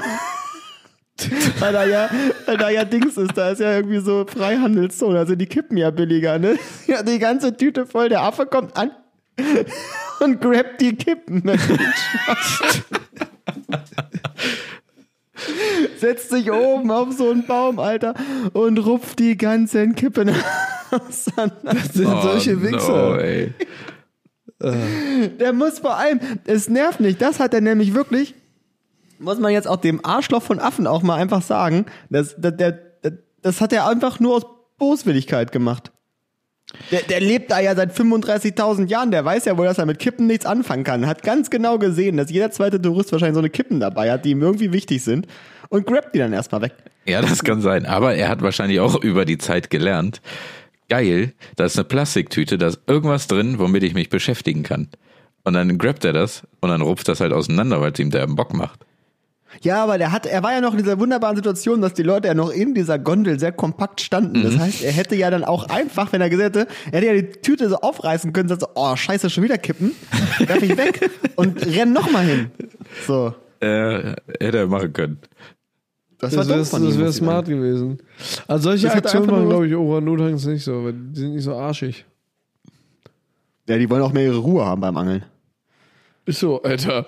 S3: Weil da ja, weil da ja Dings ist, da ist ja irgendwie so Freihandelszone, also die kippen ja billiger, ne? Ja, die ganze Tüte voll, der Affe kommt an, und grabt die Kippen. mit dem Schwanz. Setzt sich oben auf so einen Baum, Alter, und rupft die ganzen Kippen auseinander.
S2: sind solche Wichser.
S1: Oh, No, ey.
S3: Der muss vor allem, es nervt nicht, das hat er nämlich wirklich, muss man jetzt auch dem Arschloch von Affen auch mal einfach sagen, das, das, der, der- das hat er einfach nur aus Boswilligkeit gemacht. Der, der lebt da ja seit 35.000 Jahren, der weiß ja wohl, dass er mit Kippen nichts anfangen kann. Hat ganz genau gesehen, dass jeder zweite Tourist wahrscheinlich so eine Kippen dabei hat, die ihm irgendwie wichtig sind und grabt die dann erstmal weg.
S1: Ja, das kann sein. Aber er hat wahrscheinlich auch über die Zeit gelernt. Geil, da ist eine Plastiktüte, da ist irgendwas drin, womit ich mich beschäftigen kann. Und dann grabt er das und dann rupft das halt auseinander, weil es ihm derben Bock macht.
S3: Ja, aber der hat, er war ja noch in dieser wunderbaren Situation, dass die Leute ja noch in dieser Gondel sehr kompakt standen.
S2: Mhm.
S3: Das heißt, er hätte ja dann auch einfach, wenn er gesagt hätte, er hätte ja die Tüte so aufreißen können, sagt so, oh scheiße, schon wieder kippen, werf ich weg und renn nochmal hin. So,
S1: Äh, hätte er machen können.
S3: das,
S2: Das
S3: war
S2: wäre
S3: dumm von ihm, muss ich sagen.
S2: smart gewesen. Also solche
S3: Das hat er
S2: Aktionen
S3: einfach
S2: machen,
S3: nur-
S2: glaube ich, Orangutans nicht so, weil die sind nicht so arschig.
S3: Ja, die wollen auch mehr ihre Ruhe haben beim Angeln.
S2: Ist so, Alter.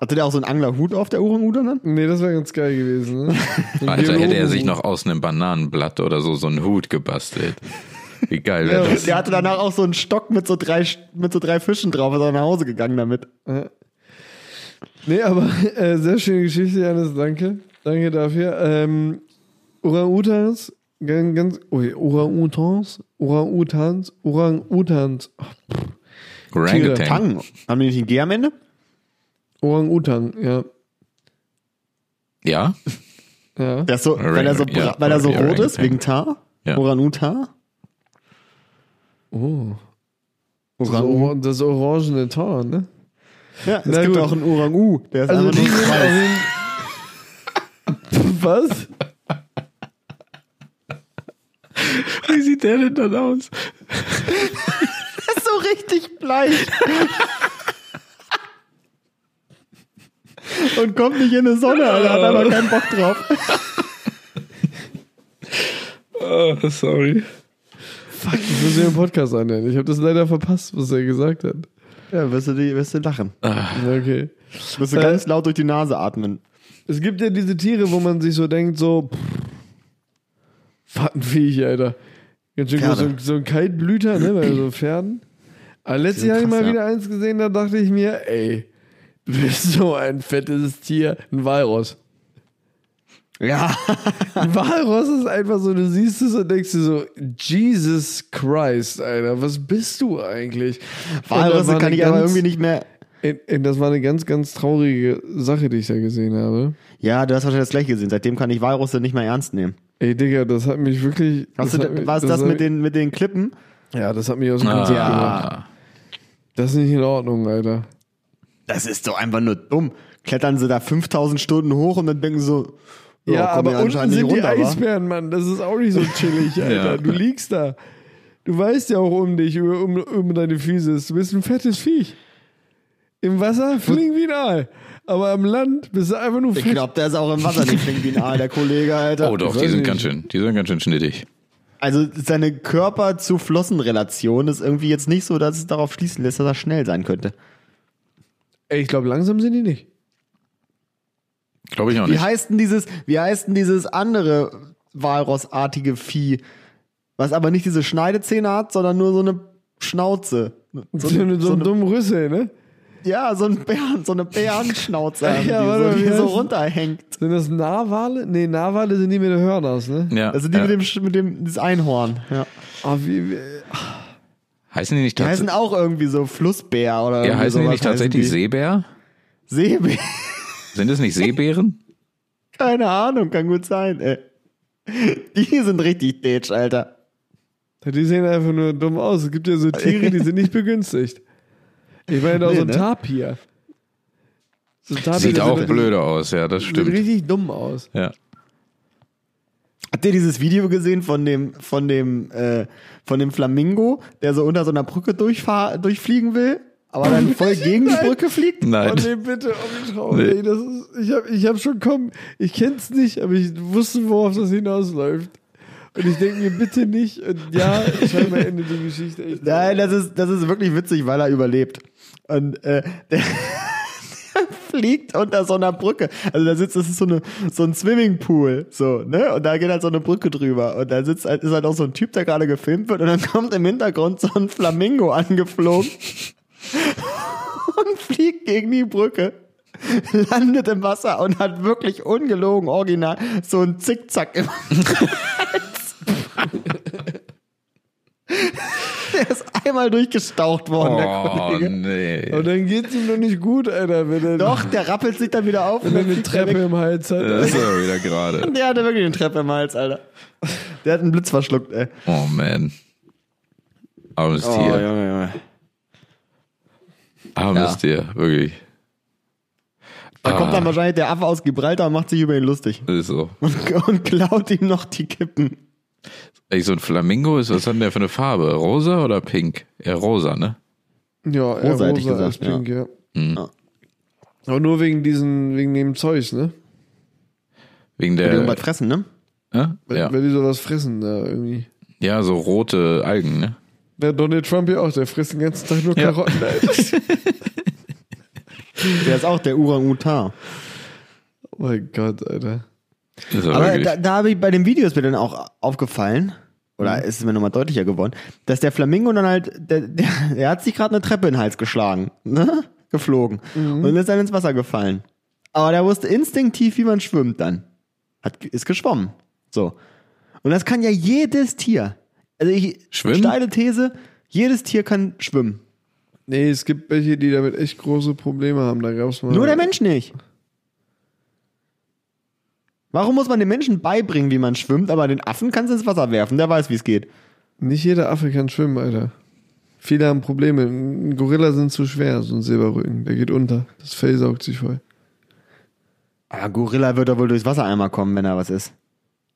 S3: Hatte der auch so einen Anglerhut auf der Orang-Utan dann?
S2: Nee, das wäre ganz geil gewesen. Ne? So ein
S1: Alter, hätte er sich
S2: Biologenhut.
S1: noch aus einem Bananenblatt oder so so einen Hut gebastelt. Wie geil wäre das?
S3: Der hatte danach auch so einen Stock mit so drei, mit so drei Fischen drauf, ist auch nach Hause gegangen damit.
S2: Nee, aber äh, sehr schöne Geschichte, Janis, danke. Danke dafür. Ähm, Orang-Utans, ganz, ganz, ui, Orang-Utans, Orang-Utans, Orang-Utans, Ach,
S1: Orangutan.
S3: Äh, Tang. Haben die nicht ein G am Ende?
S2: Orang-Utan, ja.
S1: Ja?
S2: ja.
S3: Der ist so, weil er so, bra-
S1: Ja,
S3: weil er so
S1: ja,
S3: rot ist,
S1: Orangutan.
S3: wegen Tar.
S1: Ja.
S3: Orangutan.
S2: Oh. Das,
S3: Orang-U.
S2: Or das orangene Tor, ne?
S3: Ja, es
S2: Na
S3: gibt
S2: gut.
S3: auch einen Orang-U. Der ist
S2: Also
S3: einfach
S2: die
S3: nur
S2: sind auf
S3: weiß.
S2: jeden Was?
S1: Wie sieht der denn dann aus?
S3: Der ist so richtig bleich. Und kommt nicht in die Sonne, Alter. Hat aber keinen Bock drauf.
S1: Oh, sorry.
S2: Fuck, ich muss mir den Podcast anhören. Ich habe das leider verpasst, was er gesagt hat.
S3: Ja, wirst du, die, wirst du lachen.
S2: Okay.
S3: Wirst du
S2: Äh,
S3: ganz laut durch die Nase atmen.
S2: Es gibt ja diese Tiere, wo man sich so denkt, so, pff, was ein Viech, Alter. Ganz schön groß, so,
S3: Pferde.
S2: ein- so ein Kaltblüter, ne, bei so Pferden. Aber letztes
S3: sind
S2: Jahr habe ich
S3: krass,
S2: mal
S3: ja.
S2: wieder eins gesehen, da dachte ich mir, ey, du bist so ein fettes Tier, ein Walross.
S3: Ja.
S2: Ein Walross ist einfach so, du siehst es und denkst dir so, Jesus Christ, Alter, was bist du eigentlich? Und das war
S3: Walrosse
S2: eine
S3: kann ich aber
S2: ganz-
S3: irgendwie nicht mehr.
S2: Ey, ey, das war eine ganz, ganz traurige Sache, die ich da gesehen habe.
S3: Ja, du hast wahrscheinlich das gleiche gesehen. Seitdem kann ich Walrosse nicht mehr ernst nehmen.
S2: Ey, Digga, das hat mich wirklich.
S3: Hast du,
S2: hat mich-
S3: war es das,
S2: hat
S3: mit,
S2: mich-
S3: den, mit den Klippen?
S2: Ja, das hat mich aus
S1: Ah.
S2: dem Konzept gemacht. Das ist nicht in Ordnung, Alter.
S3: Das ist doch einfach nur dumm. Klettern sie da 5000 Stunden hoch und dann denken so, ja,
S2: Ja,
S3: komm
S2: aber
S3: hier
S2: unten
S3: anscheinend nicht
S2: sind die
S3: runter. wa?
S2: Eisbären, Mann. Das ist auch nicht so chillig, Alter.
S1: Ja.
S2: Du liegst da. Du weißt ja auch um dich, um, um- um deine Füße. Du bist ein fettes Viech. Im Wasser fling wie ein Aal. Aber am Land bist du einfach nur
S3: Ich
S2: fett.
S3: glaube, der ist auch im Wasser nicht irgendwie ein Aal, Ah, der Kollege, Alter.
S1: Oh doch,
S2: weiß
S1: die sind
S2: nicht.
S1: ganz schön, die sind ganz schön schnittig.
S3: Also seine Körper zu Flossenrelation ist irgendwie jetzt nicht so, dass es darauf schließen lässt, dass er schnell sein könnte.
S2: Ey, ich glaube, langsam sind die nicht.
S1: Glaube ich auch
S3: Wie
S1: nicht.
S3: heißt denn dieses, wie heißt denn dieses andere Walrossartige Vieh, was aber nicht diese Schneidezähne hat, sondern nur so eine Schnauze?
S2: So, so,
S3: eine-
S2: so einen
S3: eine-
S2: dummen Rüssel, ne?
S3: ja, so ein Bären, so eine Bärenschnauze, haben die,
S2: Ja, warte mal,
S3: so,
S2: wie
S3: die so
S2: heißt-
S3: runterhängt.
S2: Sind das Narwale? Nee, Narwale sind die mit den Hörnern, ne?
S1: Ja, äh,
S3: Also die
S1: ja.
S3: mit dem, Sch- mit dem, das Einhorn. Ja.
S2: Ah, wie, wie,
S1: heißen die nicht
S3: Die heißen
S1: tatsächlich?
S3: auch irgendwie so Flussbär oder
S1: Ja,
S3: irgendwie
S1: heißen die
S3: sowas
S1: nicht tatsächlich
S3: heißen
S1: Seebär?
S3: die. Seebär?
S1: Sind es nicht Seebären?
S3: Keine Ahnung, kann gut sein, ey. Die sind richtig Dätsch, Alter.
S2: Die sehen einfach nur dumm aus. Es gibt ja so Tiere, die sind nicht begünstigt. Ich meine, auch
S3: Nee,
S2: so ein
S3: ne?
S2: Tapir. So ein Tapir
S1: Sieht
S2: der
S1: auch
S2: sieht-
S1: blöder aus, ja, das
S2: Sieht
S1: stimmt.
S2: richtig dumm aus.
S1: Ja.
S3: Habt ihr dieses Video gesehen von dem, von dem, äh, von dem Flamingo, der so unter so einer Brücke durchfahr, durchfliegen will, aber dann voll gegen die Brücke fliegt?
S2: Oh
S1: Nein.
S2: nee, bitte, oh wie traurig. Das ist, ich habe ich hab schon kommen. Ich kenn's nicht, aber ich wusste, worauf das hinausläuft. Und ich denke mir, bitte nicht. Und ja, scheinbar endet die Geschichte echt.
S3: Nein, das ist, das ist wirklich witzig, weil er überlebt. Und äh, der fliegt unter so einer Brücke. Also da sitzt, das ist so, eine, so ein Swimmingpool, so, ne? Und da geht halt so eine Brücke drüber. Und da sitzt halt, ist halt auch so ein Typ, der gerade gefilmt wird. Und dann kommt im Hintergrund so ein Flamingo angeflogen und fliegt gegen die Brücke. Landet im Wasser und hat wirklich ungelogen original so ein Zickzack im Der ist einmal durchgestaucht worden, der
S1: Oh
S3: Kollege.
S1: nee.
S2: Und dann geht's ihm doch nicht gut, Alter, wenn er,
S3: Doch, der rappelt sich dann wieder auf.
S2: wenn
S3: und
S2: er
S3: dann
S2: eine
S3: fliegt er
S2: Treppe
S3: weg.
S2: im Hals hat.
S1: Das ist aber wieder gerade.
S3: Der hatte wirklich eine Treppe im Hals, Alter. Der hat einen Blitz verschluckt, ey.
S1: Oh man. Armes
S3: Oh,
S1: Tier. Armes
S3: Ja.
S1: Tier, wirklich.
S3: Da kommt
S1: Ah.
S3: dann wahrscheinlich der Affe aus Gibraltar und macht sich über ihn lustig.
S1: Das ist so.
S3: Und, und klaut ihm noch die Kippen.
S1: Ey, so ein Flamingo ist, was hat denn der für eine Farbe? Rosa oder pink? Eher rosa, ne?
S2: Ja, eher
S3: Rosa
S2: rosa,
S3: hätte ich
S2: als
S3: gesagt, ja.
S2: pink, ja.
S1: Hm.
S3: Ja.
S2: Aber nur wegen diesen, wegen dem Zeug, ne?
S1: Wegen
S3: Will
S1: der.
S3: irgendwas fressen, ne?
S1: Ne?
S2: Weil,
S1: Ja.
S2: weil die sowas fressen da irgendwie.
S1: ja, so rote Algen, ne?
S2: Der Donald Trump ja auch, der frisst den ganzen Tag nur Karotten. Alter.
S3: Der ist auch der Orang-Utan.
S2: oh mein Gott, Alter.
S1: Das ist
S3: Aber
S1: wirklich-
S3: da, da habe ich bei den Videos mir dann auch aufgefallen, oder ist es mir nochmal deutlicher geworden, dass der Flamingo dann halt, der, der, der hat sich gerade eine Treppe in den Hals geschlagen, ne? Geflogen. Und ist dann ins Wasser gefallen. Aber der wusste instinktiv, wie man schwimmt dann. Hat, ist geschwommen. So. Und das kann ja jedes Tier. Also ich,
S1: Schwimmen?
S3: steile These, jedes Tier kann schwimmen.
S2: Nee, es gibt welche, die damit echt große Probleme haben. Da gab's mal.
S3: Nur der Mensch nicht. Warum muss man den Menschen beibringen, wie man schwimmt, aber den Affen kannst du ins Wasser werfen, der weiß, wie es geht.
S2: Nicht jeder Affe kann schwimmen, Alter. Viele haben Probleme. Ein Gorilla sind zu schwer, so ein Silberrücken. Der geht unter. Das Fell saugt sich voll.
S3: Ah, Gorilla wird doch wohl durchs Wasser einmal kommen, wenn er was ist.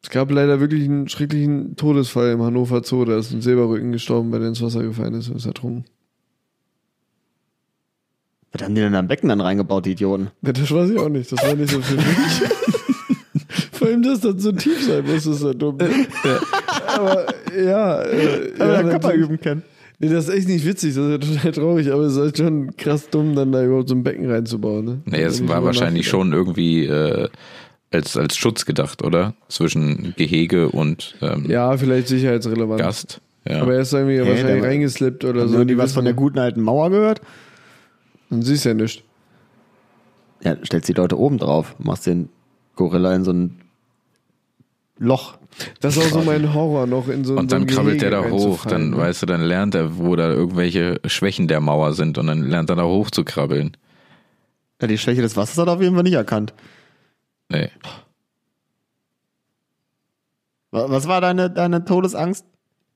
S2: Es gab leider wirklich einen schrecklichen Todesfall im Hannover Zoo. Da ist ein Silberrücken gestorben, weil er ins Wasser gefallen ist und ist ertrunken.
S3: Was haben die denn am Becken dann reingebaut, die Idioten?
S2: Ja, das weiß ich auch nicht. Das war nicht so viel. Vor allem, dass das so tief sein muss, ist Äh, ja dumm. aber ja, äh, ja natürlich.
S3: können.
S2: nee, das ist echt nicht witzig. Das ist ja total traurig, aber es ist halt schon krass dumm, dann da überhaupt so ein Becken reinzubauen. Ne?
S1: Nee,
S2: Wenn
S1: es
S2: ich
S1: war
S2: drüber
S1: wahrscheinlich
S2: nachdenke.
S1: schon irgendwie äh, als, als Schutz gedacht, oder? Zwischen Gehege und ähm,
S2: Ja, vielleicht sicherheitsrelevant.
S1: Gast. Ja.
S2: Aber er ist irgendwie wahrscheinlich
S3: der-
S2: reingeslippt oder
S3: Haben
S2: so.
S3: so, die was
S2: wissen-
S3: von der guten alten Mauer gehört?
S2: Dann siehst du ja nicht.
S3: Ja, stellst die Leute oben drauf, machst den Gorilla in so ein Loch.
S2: Das ist auch so mein Horror noch in so
S1: Und
S2: so
S1: dann
S2: ein
S1: krabbelt der
S2: Gehege
S1: da hoch,
S2: reinzufallen,
S1: dann
S2: ne?
S1: weißt du, dann lernt er, wo da irgendwelche Schwächen der Mauer sind und dann lernt er da hoch zu krabbeln.
S3: Ja, die Schwäche des Wassers hat er auf jeden Fall nicht erkannt.
S1: Nee.
S3: Wa- Was war deine, deine Todesangst,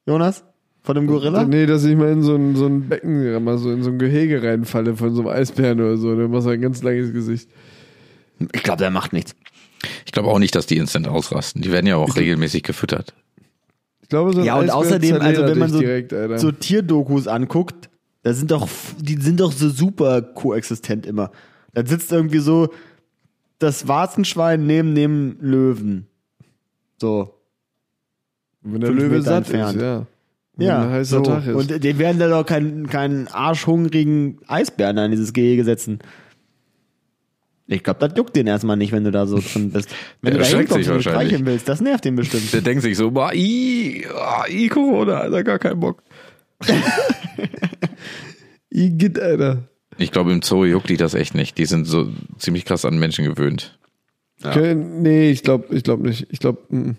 S3: Jonas? Von dem Gorilla?
S2: Nee, dass ich mal in so ein, so ein Becken, mal so in so ein Gehege reinfalle von so einem Eisbären oder so. Dann machst du ein ganz langes Gesicht.
S3: Ich glaube, der macht nichts.
S1: Ich glaube auch nicht, dass die instant ausrasten. Die werden ja auch regelmäßig gefüttert.
S2: Ich glaube, so ein
S3: Ja, und
S2: Eisbär
S3: außerdem, also
S2: zerledert
S3: wenn man
S2: dich
S3: so,
S2: direkt, Alter.
S3: so Tierdokus anguckt, da sind doch, f- die sind doch so super koexistent immer. Da sitzt irgendwie so das Warzenschwein neben dem Löwen. So.
S2: wenn der
S3: fünf
S2: Löwe
S3: Meter
S2: satt
S3: entfernt.
S2: ist, ja. Wenn
S3: Ja,
S2: ein heißer
S3: so.
S2: Tag ist.
S3: und den werden da doch keinen, keinen arschhungrigen Eisbären an dieses Gehege setzen. Ich glaube, das juckt den erstmal nicht, wenn du da so drin bist. Wenn
S1: Der
S3: du da
S1: erschreckt sich
S3: hinkommst und ihn
S1: wahrscheinlich.
S3: streicheln willst, das nervt den bestimmt.
S1: Der denkt sich so, boah, i, ah, i Corona, hat er gar keinen Bock.
S2: Igitt, Alter.
S1: Ich glaube, im Zoo juckt die das echt nicht. Die sind so ziemlich krass an Menschen gewöhnt.
S2: Okay, nee, ich glaube ich glaub mm, nicht. Ich glaube, mm,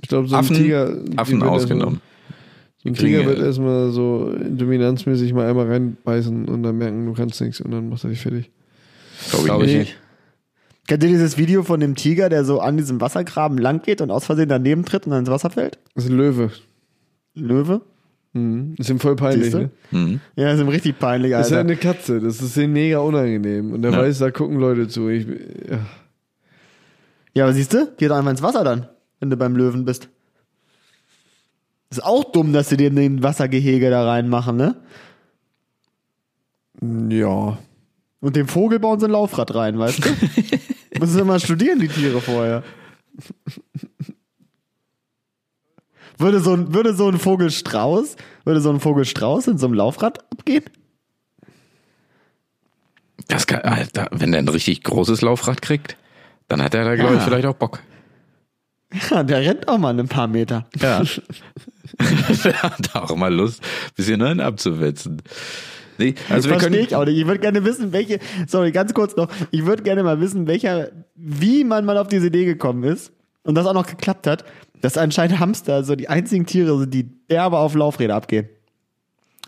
S2: ich glaube, so ein
S1: Affen-
S2: Tiger. die
S1: Affen
S2: wird
S1: ausgenommen.
S2: Erstmal, so ein
S1: kriegen
S2: Tiger wird
S1: ja-
S2: erstmal so dominanzmäßig mal einmal reinbeißen und dann merken, du kannst nichts und dann machst du dich fertig.
S1: Glaube ich
S3: Glaub
S1: nicht.
S3: ich nicht. Kennt ihr dieses Video von dem Tiger, der so an diesem Wassergraben lang geht und aus Versehen daneben tritt und dann ins Wasser fällt?
S2: Das ist ein Löwe.
S3: Löwe?
S2: Mhm. Ist ihm voll peinlich,
S3: Siehst du?
S2: ne?
S3: Ja, ist ihm richtig peinlich,
S2: Das ist ja
S3: Alter.
S2: eine Katze, das ist ihm mega unangenehm. Und er
S1: Ja.
S2: weiß, da gucken Leute zu. Ich, ja.
S3: Ja, aber siehst du, geh doch einfach ins Wasser dann, wenn du beim Löwen bist. Ist auch dumm, dass sie dir den Wassergehege da reinmachen, ne?
S2: ja.
S3: Und dem Vogel bauen sie ein Laufrad rein, weißt du? Müssen sie mal studieren, die Tiere vorher. Würde so, ein, würde so ein Vogelstrauß, würde so ein Vogelstrauß in so einem Laufrad abgehen?
S1: Das kann, Alter, wenn der ein richtig großes Laufrad kriegt, dann hat er da, glaube
S3: Ja.
S1: ich, vielleicht auch Bock.
S3: Ja, der rennt auch mal ein paar Meter.
S1: Ja. der hat auch mal Lust, ein bisschen einen abzuwetzen. Nee, also wir
S3: Verstehe
S1: können,
S3: ich auch nicht. Ich würde gerne wissen, welche, sorry, ganz kurz noch, ich würde gerne mal wissen, welcher, wie man mal auf diese Idee gekommen ist und das auch noch geklappt hat, dass anscheinend Hamster so die einzigen Tiere sind, die derbe auf Laufräder abgehen.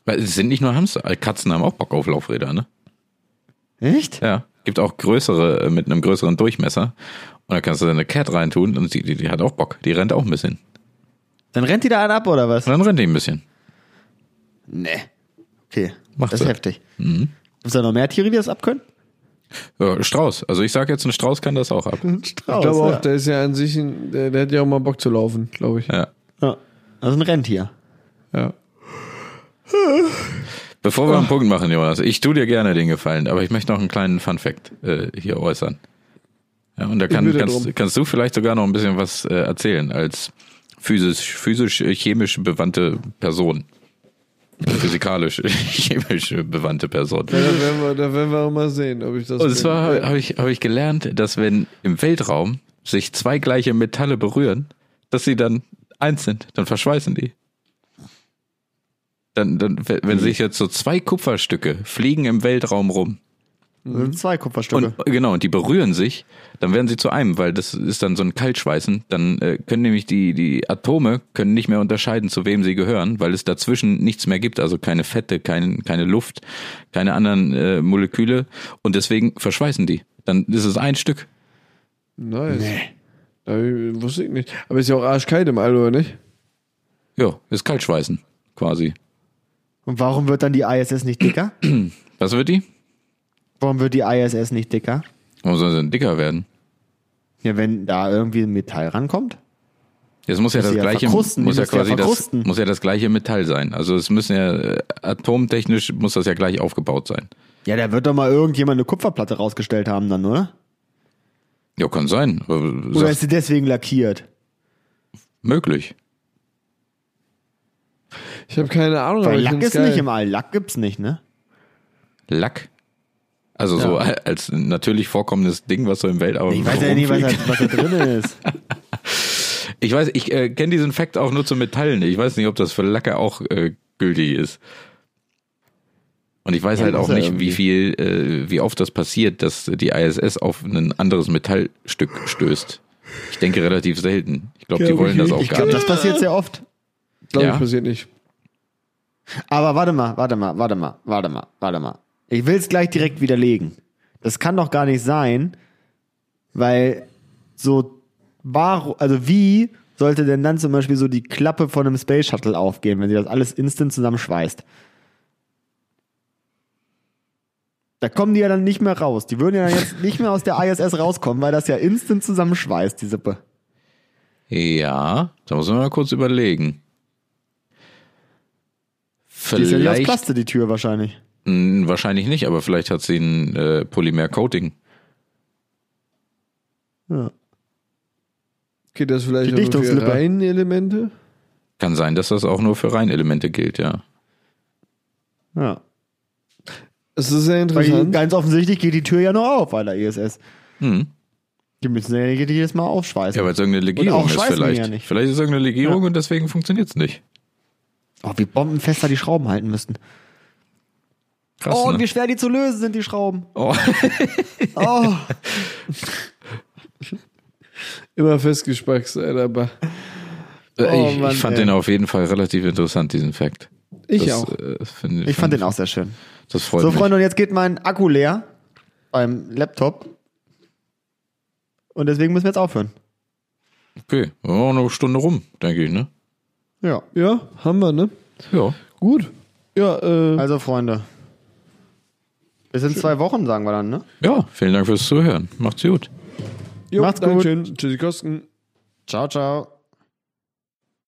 S1: weil es sind nicht nur Hamster, äh, Katzen haben auch Bock auf Laufräder, ne?
S3: Echt?
S1: Ja. Gibt auch größere äh, mit einem größeren Durchmesser. Und da kannst du deine Cat reintun und die, die, die hat auch Bock. Die rennt auch ein bisschen.
S3: Dann rennt die da einen ab oder was?
S1: Und dann rennt die ein bisschen.
S3: Nee. Okay,
S1: Macht Mhm.
S3: das
S1: sie.
S3: ist heftig. Gibt es da noch mehr Tiere, die das abkönnen?
S1: Ja, Strauß. Also ich sage jetzt, ein Strauß kann das auch ab.
S2: Mhm.
S3: Ein Strauß.
S2: Ich glaube auch,
S3: ja.
S2: der ist ja an sich, ein, der, der hat ja auch mal Bock zu laufen, glaube ich.
S1: Ja.
S3: Ja. Das ist ein Rentier.
S2: Ja.
S1: Bevor
S2: Oh.
S1: wir einen Punkt machen, Jonas, ich tue dir gerne den Gefallen, aber ich möchte noch einen kleinen Fun-Fact äh, hier äußern. Ja, und da kann,
S2: bitte
S1: kannst,
S2: drum.
S1: kannst du vielleicht sogar noch ein bisschen was äh, erzählen als physisch, physisch äh, chemisch bewandte Person. Physikalisch chemisch bewandte Person.
S2: Ja, da werden wir, da werden wir auch mal sehen, ob ich das.
S1: Und
S2: bin.
S1: zwar habe ich, hab ich gelernt, dass wenn im Weltraum sich zwei gleiche Metalle berühren, dass sie dann eins sind, dann verschweißen die. Dann, dann, wenn wenn sich jetzt so zwei Kupferstücke fliegen im Weltraum rum
S3: Das sind zwei Kupferstücke.
S1: Mhm. und genau, und die berühren sich, dann werden sie zu einem, weil das ist dann so ein Kaltschweißen, dann äh, können nämlich die, die Atome können nicht mehr unterscheiden, zu wem sie gehören, weil es dazwischen nichts mehr gibt, also keine Fette, kein, keine Luft, keine anderen äh, Moleküle und deswegen verschweißen die. Dann ist es ein Stück.
S2: Nice. Da hab ich, wusste ich nicht. Aber ist ja auch arschkalt im All, oder nicht?
S1: Ja, ist Kaltschweißen quasi.
S3: und warum wird dann die ISS nicht dicker?
S1: Was wird die?
S3: warum wird die ISS nicht dicker?
S1: Warum soll sie denn also dicker werden?
S3: Ja, wenn da irgendwie ein Metall rankommt.
S1: Jetzt muss ja
S3: Muss
S1: das
S3: sie ja
S1: gleiche
S3: verkrusten, die
S1: muss ja
S3: muss ja
S1: quasi das
S3: verkrusten.
S1: muss ja das gleiche Metall sein. Also es müssen ja äh, atomtechnisch muss das ja gleich aufgebaut sein.
S3: Ja, da wird doch mal irgendjemand eine Kupferplatte rausgestellt haben dann, oder?
S1: Ja, kann sein. Äh, Aber
S3: Oder
S1: sag-
S3: ist sie deswegen lackiert?
S1: Möglich.
S2: Ich habe keine Ahnung. aber
S3: Weil
S2: Oh, ich
S3: Lack
S2: find's
S3: ist
S2: geil.
S3: nicht im All. Lack gibt's nicht, ne?
S1: Lack. Also so als natürlich vorkommendes Ding, was so im Weltall
S3: Ich weiß ja nicht, was da, was da drin ist.
S1: rumfliegt. Ich weiß, ich äh, kenne diesen Fakt auch nur zu Metallen. Ich weiß nicht, ob das für Lacke auch äh, gültig ist. Und ich weiß
S3: Ja,
S1: halt
S3: muss
S1: auch
S3: er
S1: nicht,
S3: irgendwie.
S1: wie viel, äh, wie oft das passiert, dass die ISS auf ein anderes Metallstück stößt. Ich denke relativ selten. Ich glaube,
S2: Ja,
S1: die wollen das auch
S2: ich
S3: Ich
S1: gar
S3: glaube,
S1: nicht.
S3: das passiert sehr oft.
S2: Glaube
S1: Ja.
S2: ich, passiert nicht.
S3: Aber warte mal, warte mal, warte mal, warte mal, warte mal. Ich will es gleich direkt widerlegen. Das kann doch gar nicht sein, weil so, warum, also wie sollte denn dann zum Beispiel so die Klappe von einem Space Shuttle aufgehen, wenn sie das alles instant zusammenschweißt? Da kommen die ja dann nicht mehr raus. Die würden ja dann jetzt nicht mehr aus der ISS rauskommen, weil das ja instant zusammenschweißt, die Sippe.
S1: Ja, da muss man mal kurz überlegen.
S3: Die ist ja nicht aus
S1: Vielleicht,
S3: Plaste, die Tür wahrscheinlich.
S1: mh, wahrscheinlich nicht, aber vielleicht hat sie ein äh, Polymer-Coating.
S2: Geht das vielleicht
S3: Die
S2: auch nur für
S3: Dichtungslippe.
S2: Reihenelemente?
S1: Kann sein, dass das auch nur für Reinelemente gilt, ja.
S3: Ja.
S2: Es ist sehr
S3: Weil
S2: interessant.
S3: ganz offensichtlich geht die Tür ja nur auf bei der ISS.
S1: Hm.
S3: Die müssen ja die jedes Mal
S1: Ja,
S3: aufschweißen.
S1: weil es irgendeine Legierung
S3: auch
S1: ist
S3: schweißen die
S1: vielleicht.
S3: ja nicht.
S1: Vielleicht ist es irgendeine Legierung und deswegen funktioniert es nicht.
S3: oh, wie bombenfest da die Schrauben halten müssten.
S1: Krass,
S3: oh, und
S1: ne?
S3: wie schwer die zu lösen sind, die Schrauben.
S1: Oh.
S3: Oh,
S2: Immer festgespackst, Alter. Aber
S1: ich,
S3: Oh, Mann,
S1: ich fand
S3: ey.
S1: den auf jeden Fall relativ interessant, diesen Fact.
S2: ich
S1: das,
S2: auch.
S1: Äh, find,
S3: ich fand den auch sehr schön.
S1: Das freut
S3: So,
S1: mich.
S3: Freunde, und jetzt geht mein Akku leer beim Laptop. Und deswegen müssen wir jetzt aufhören.
S1: Okay, war auch eine Stunde rum, denke ich, ne?
S3: Ja.
S2: Ja, haben wir, ne?
S1: Ja.
S2: Gut. Ja, äh,
S3: Also, Freunde. Bis in zwei Wochen, sagen wir dann, ne?
S1: Ja, vielen Dank fürs Zuhören. Macht's gut.
S2: jo,
S3: macht's gut.
S2: Dankeschön. Tschüssi Kosten.
S3: Ciao, ciao.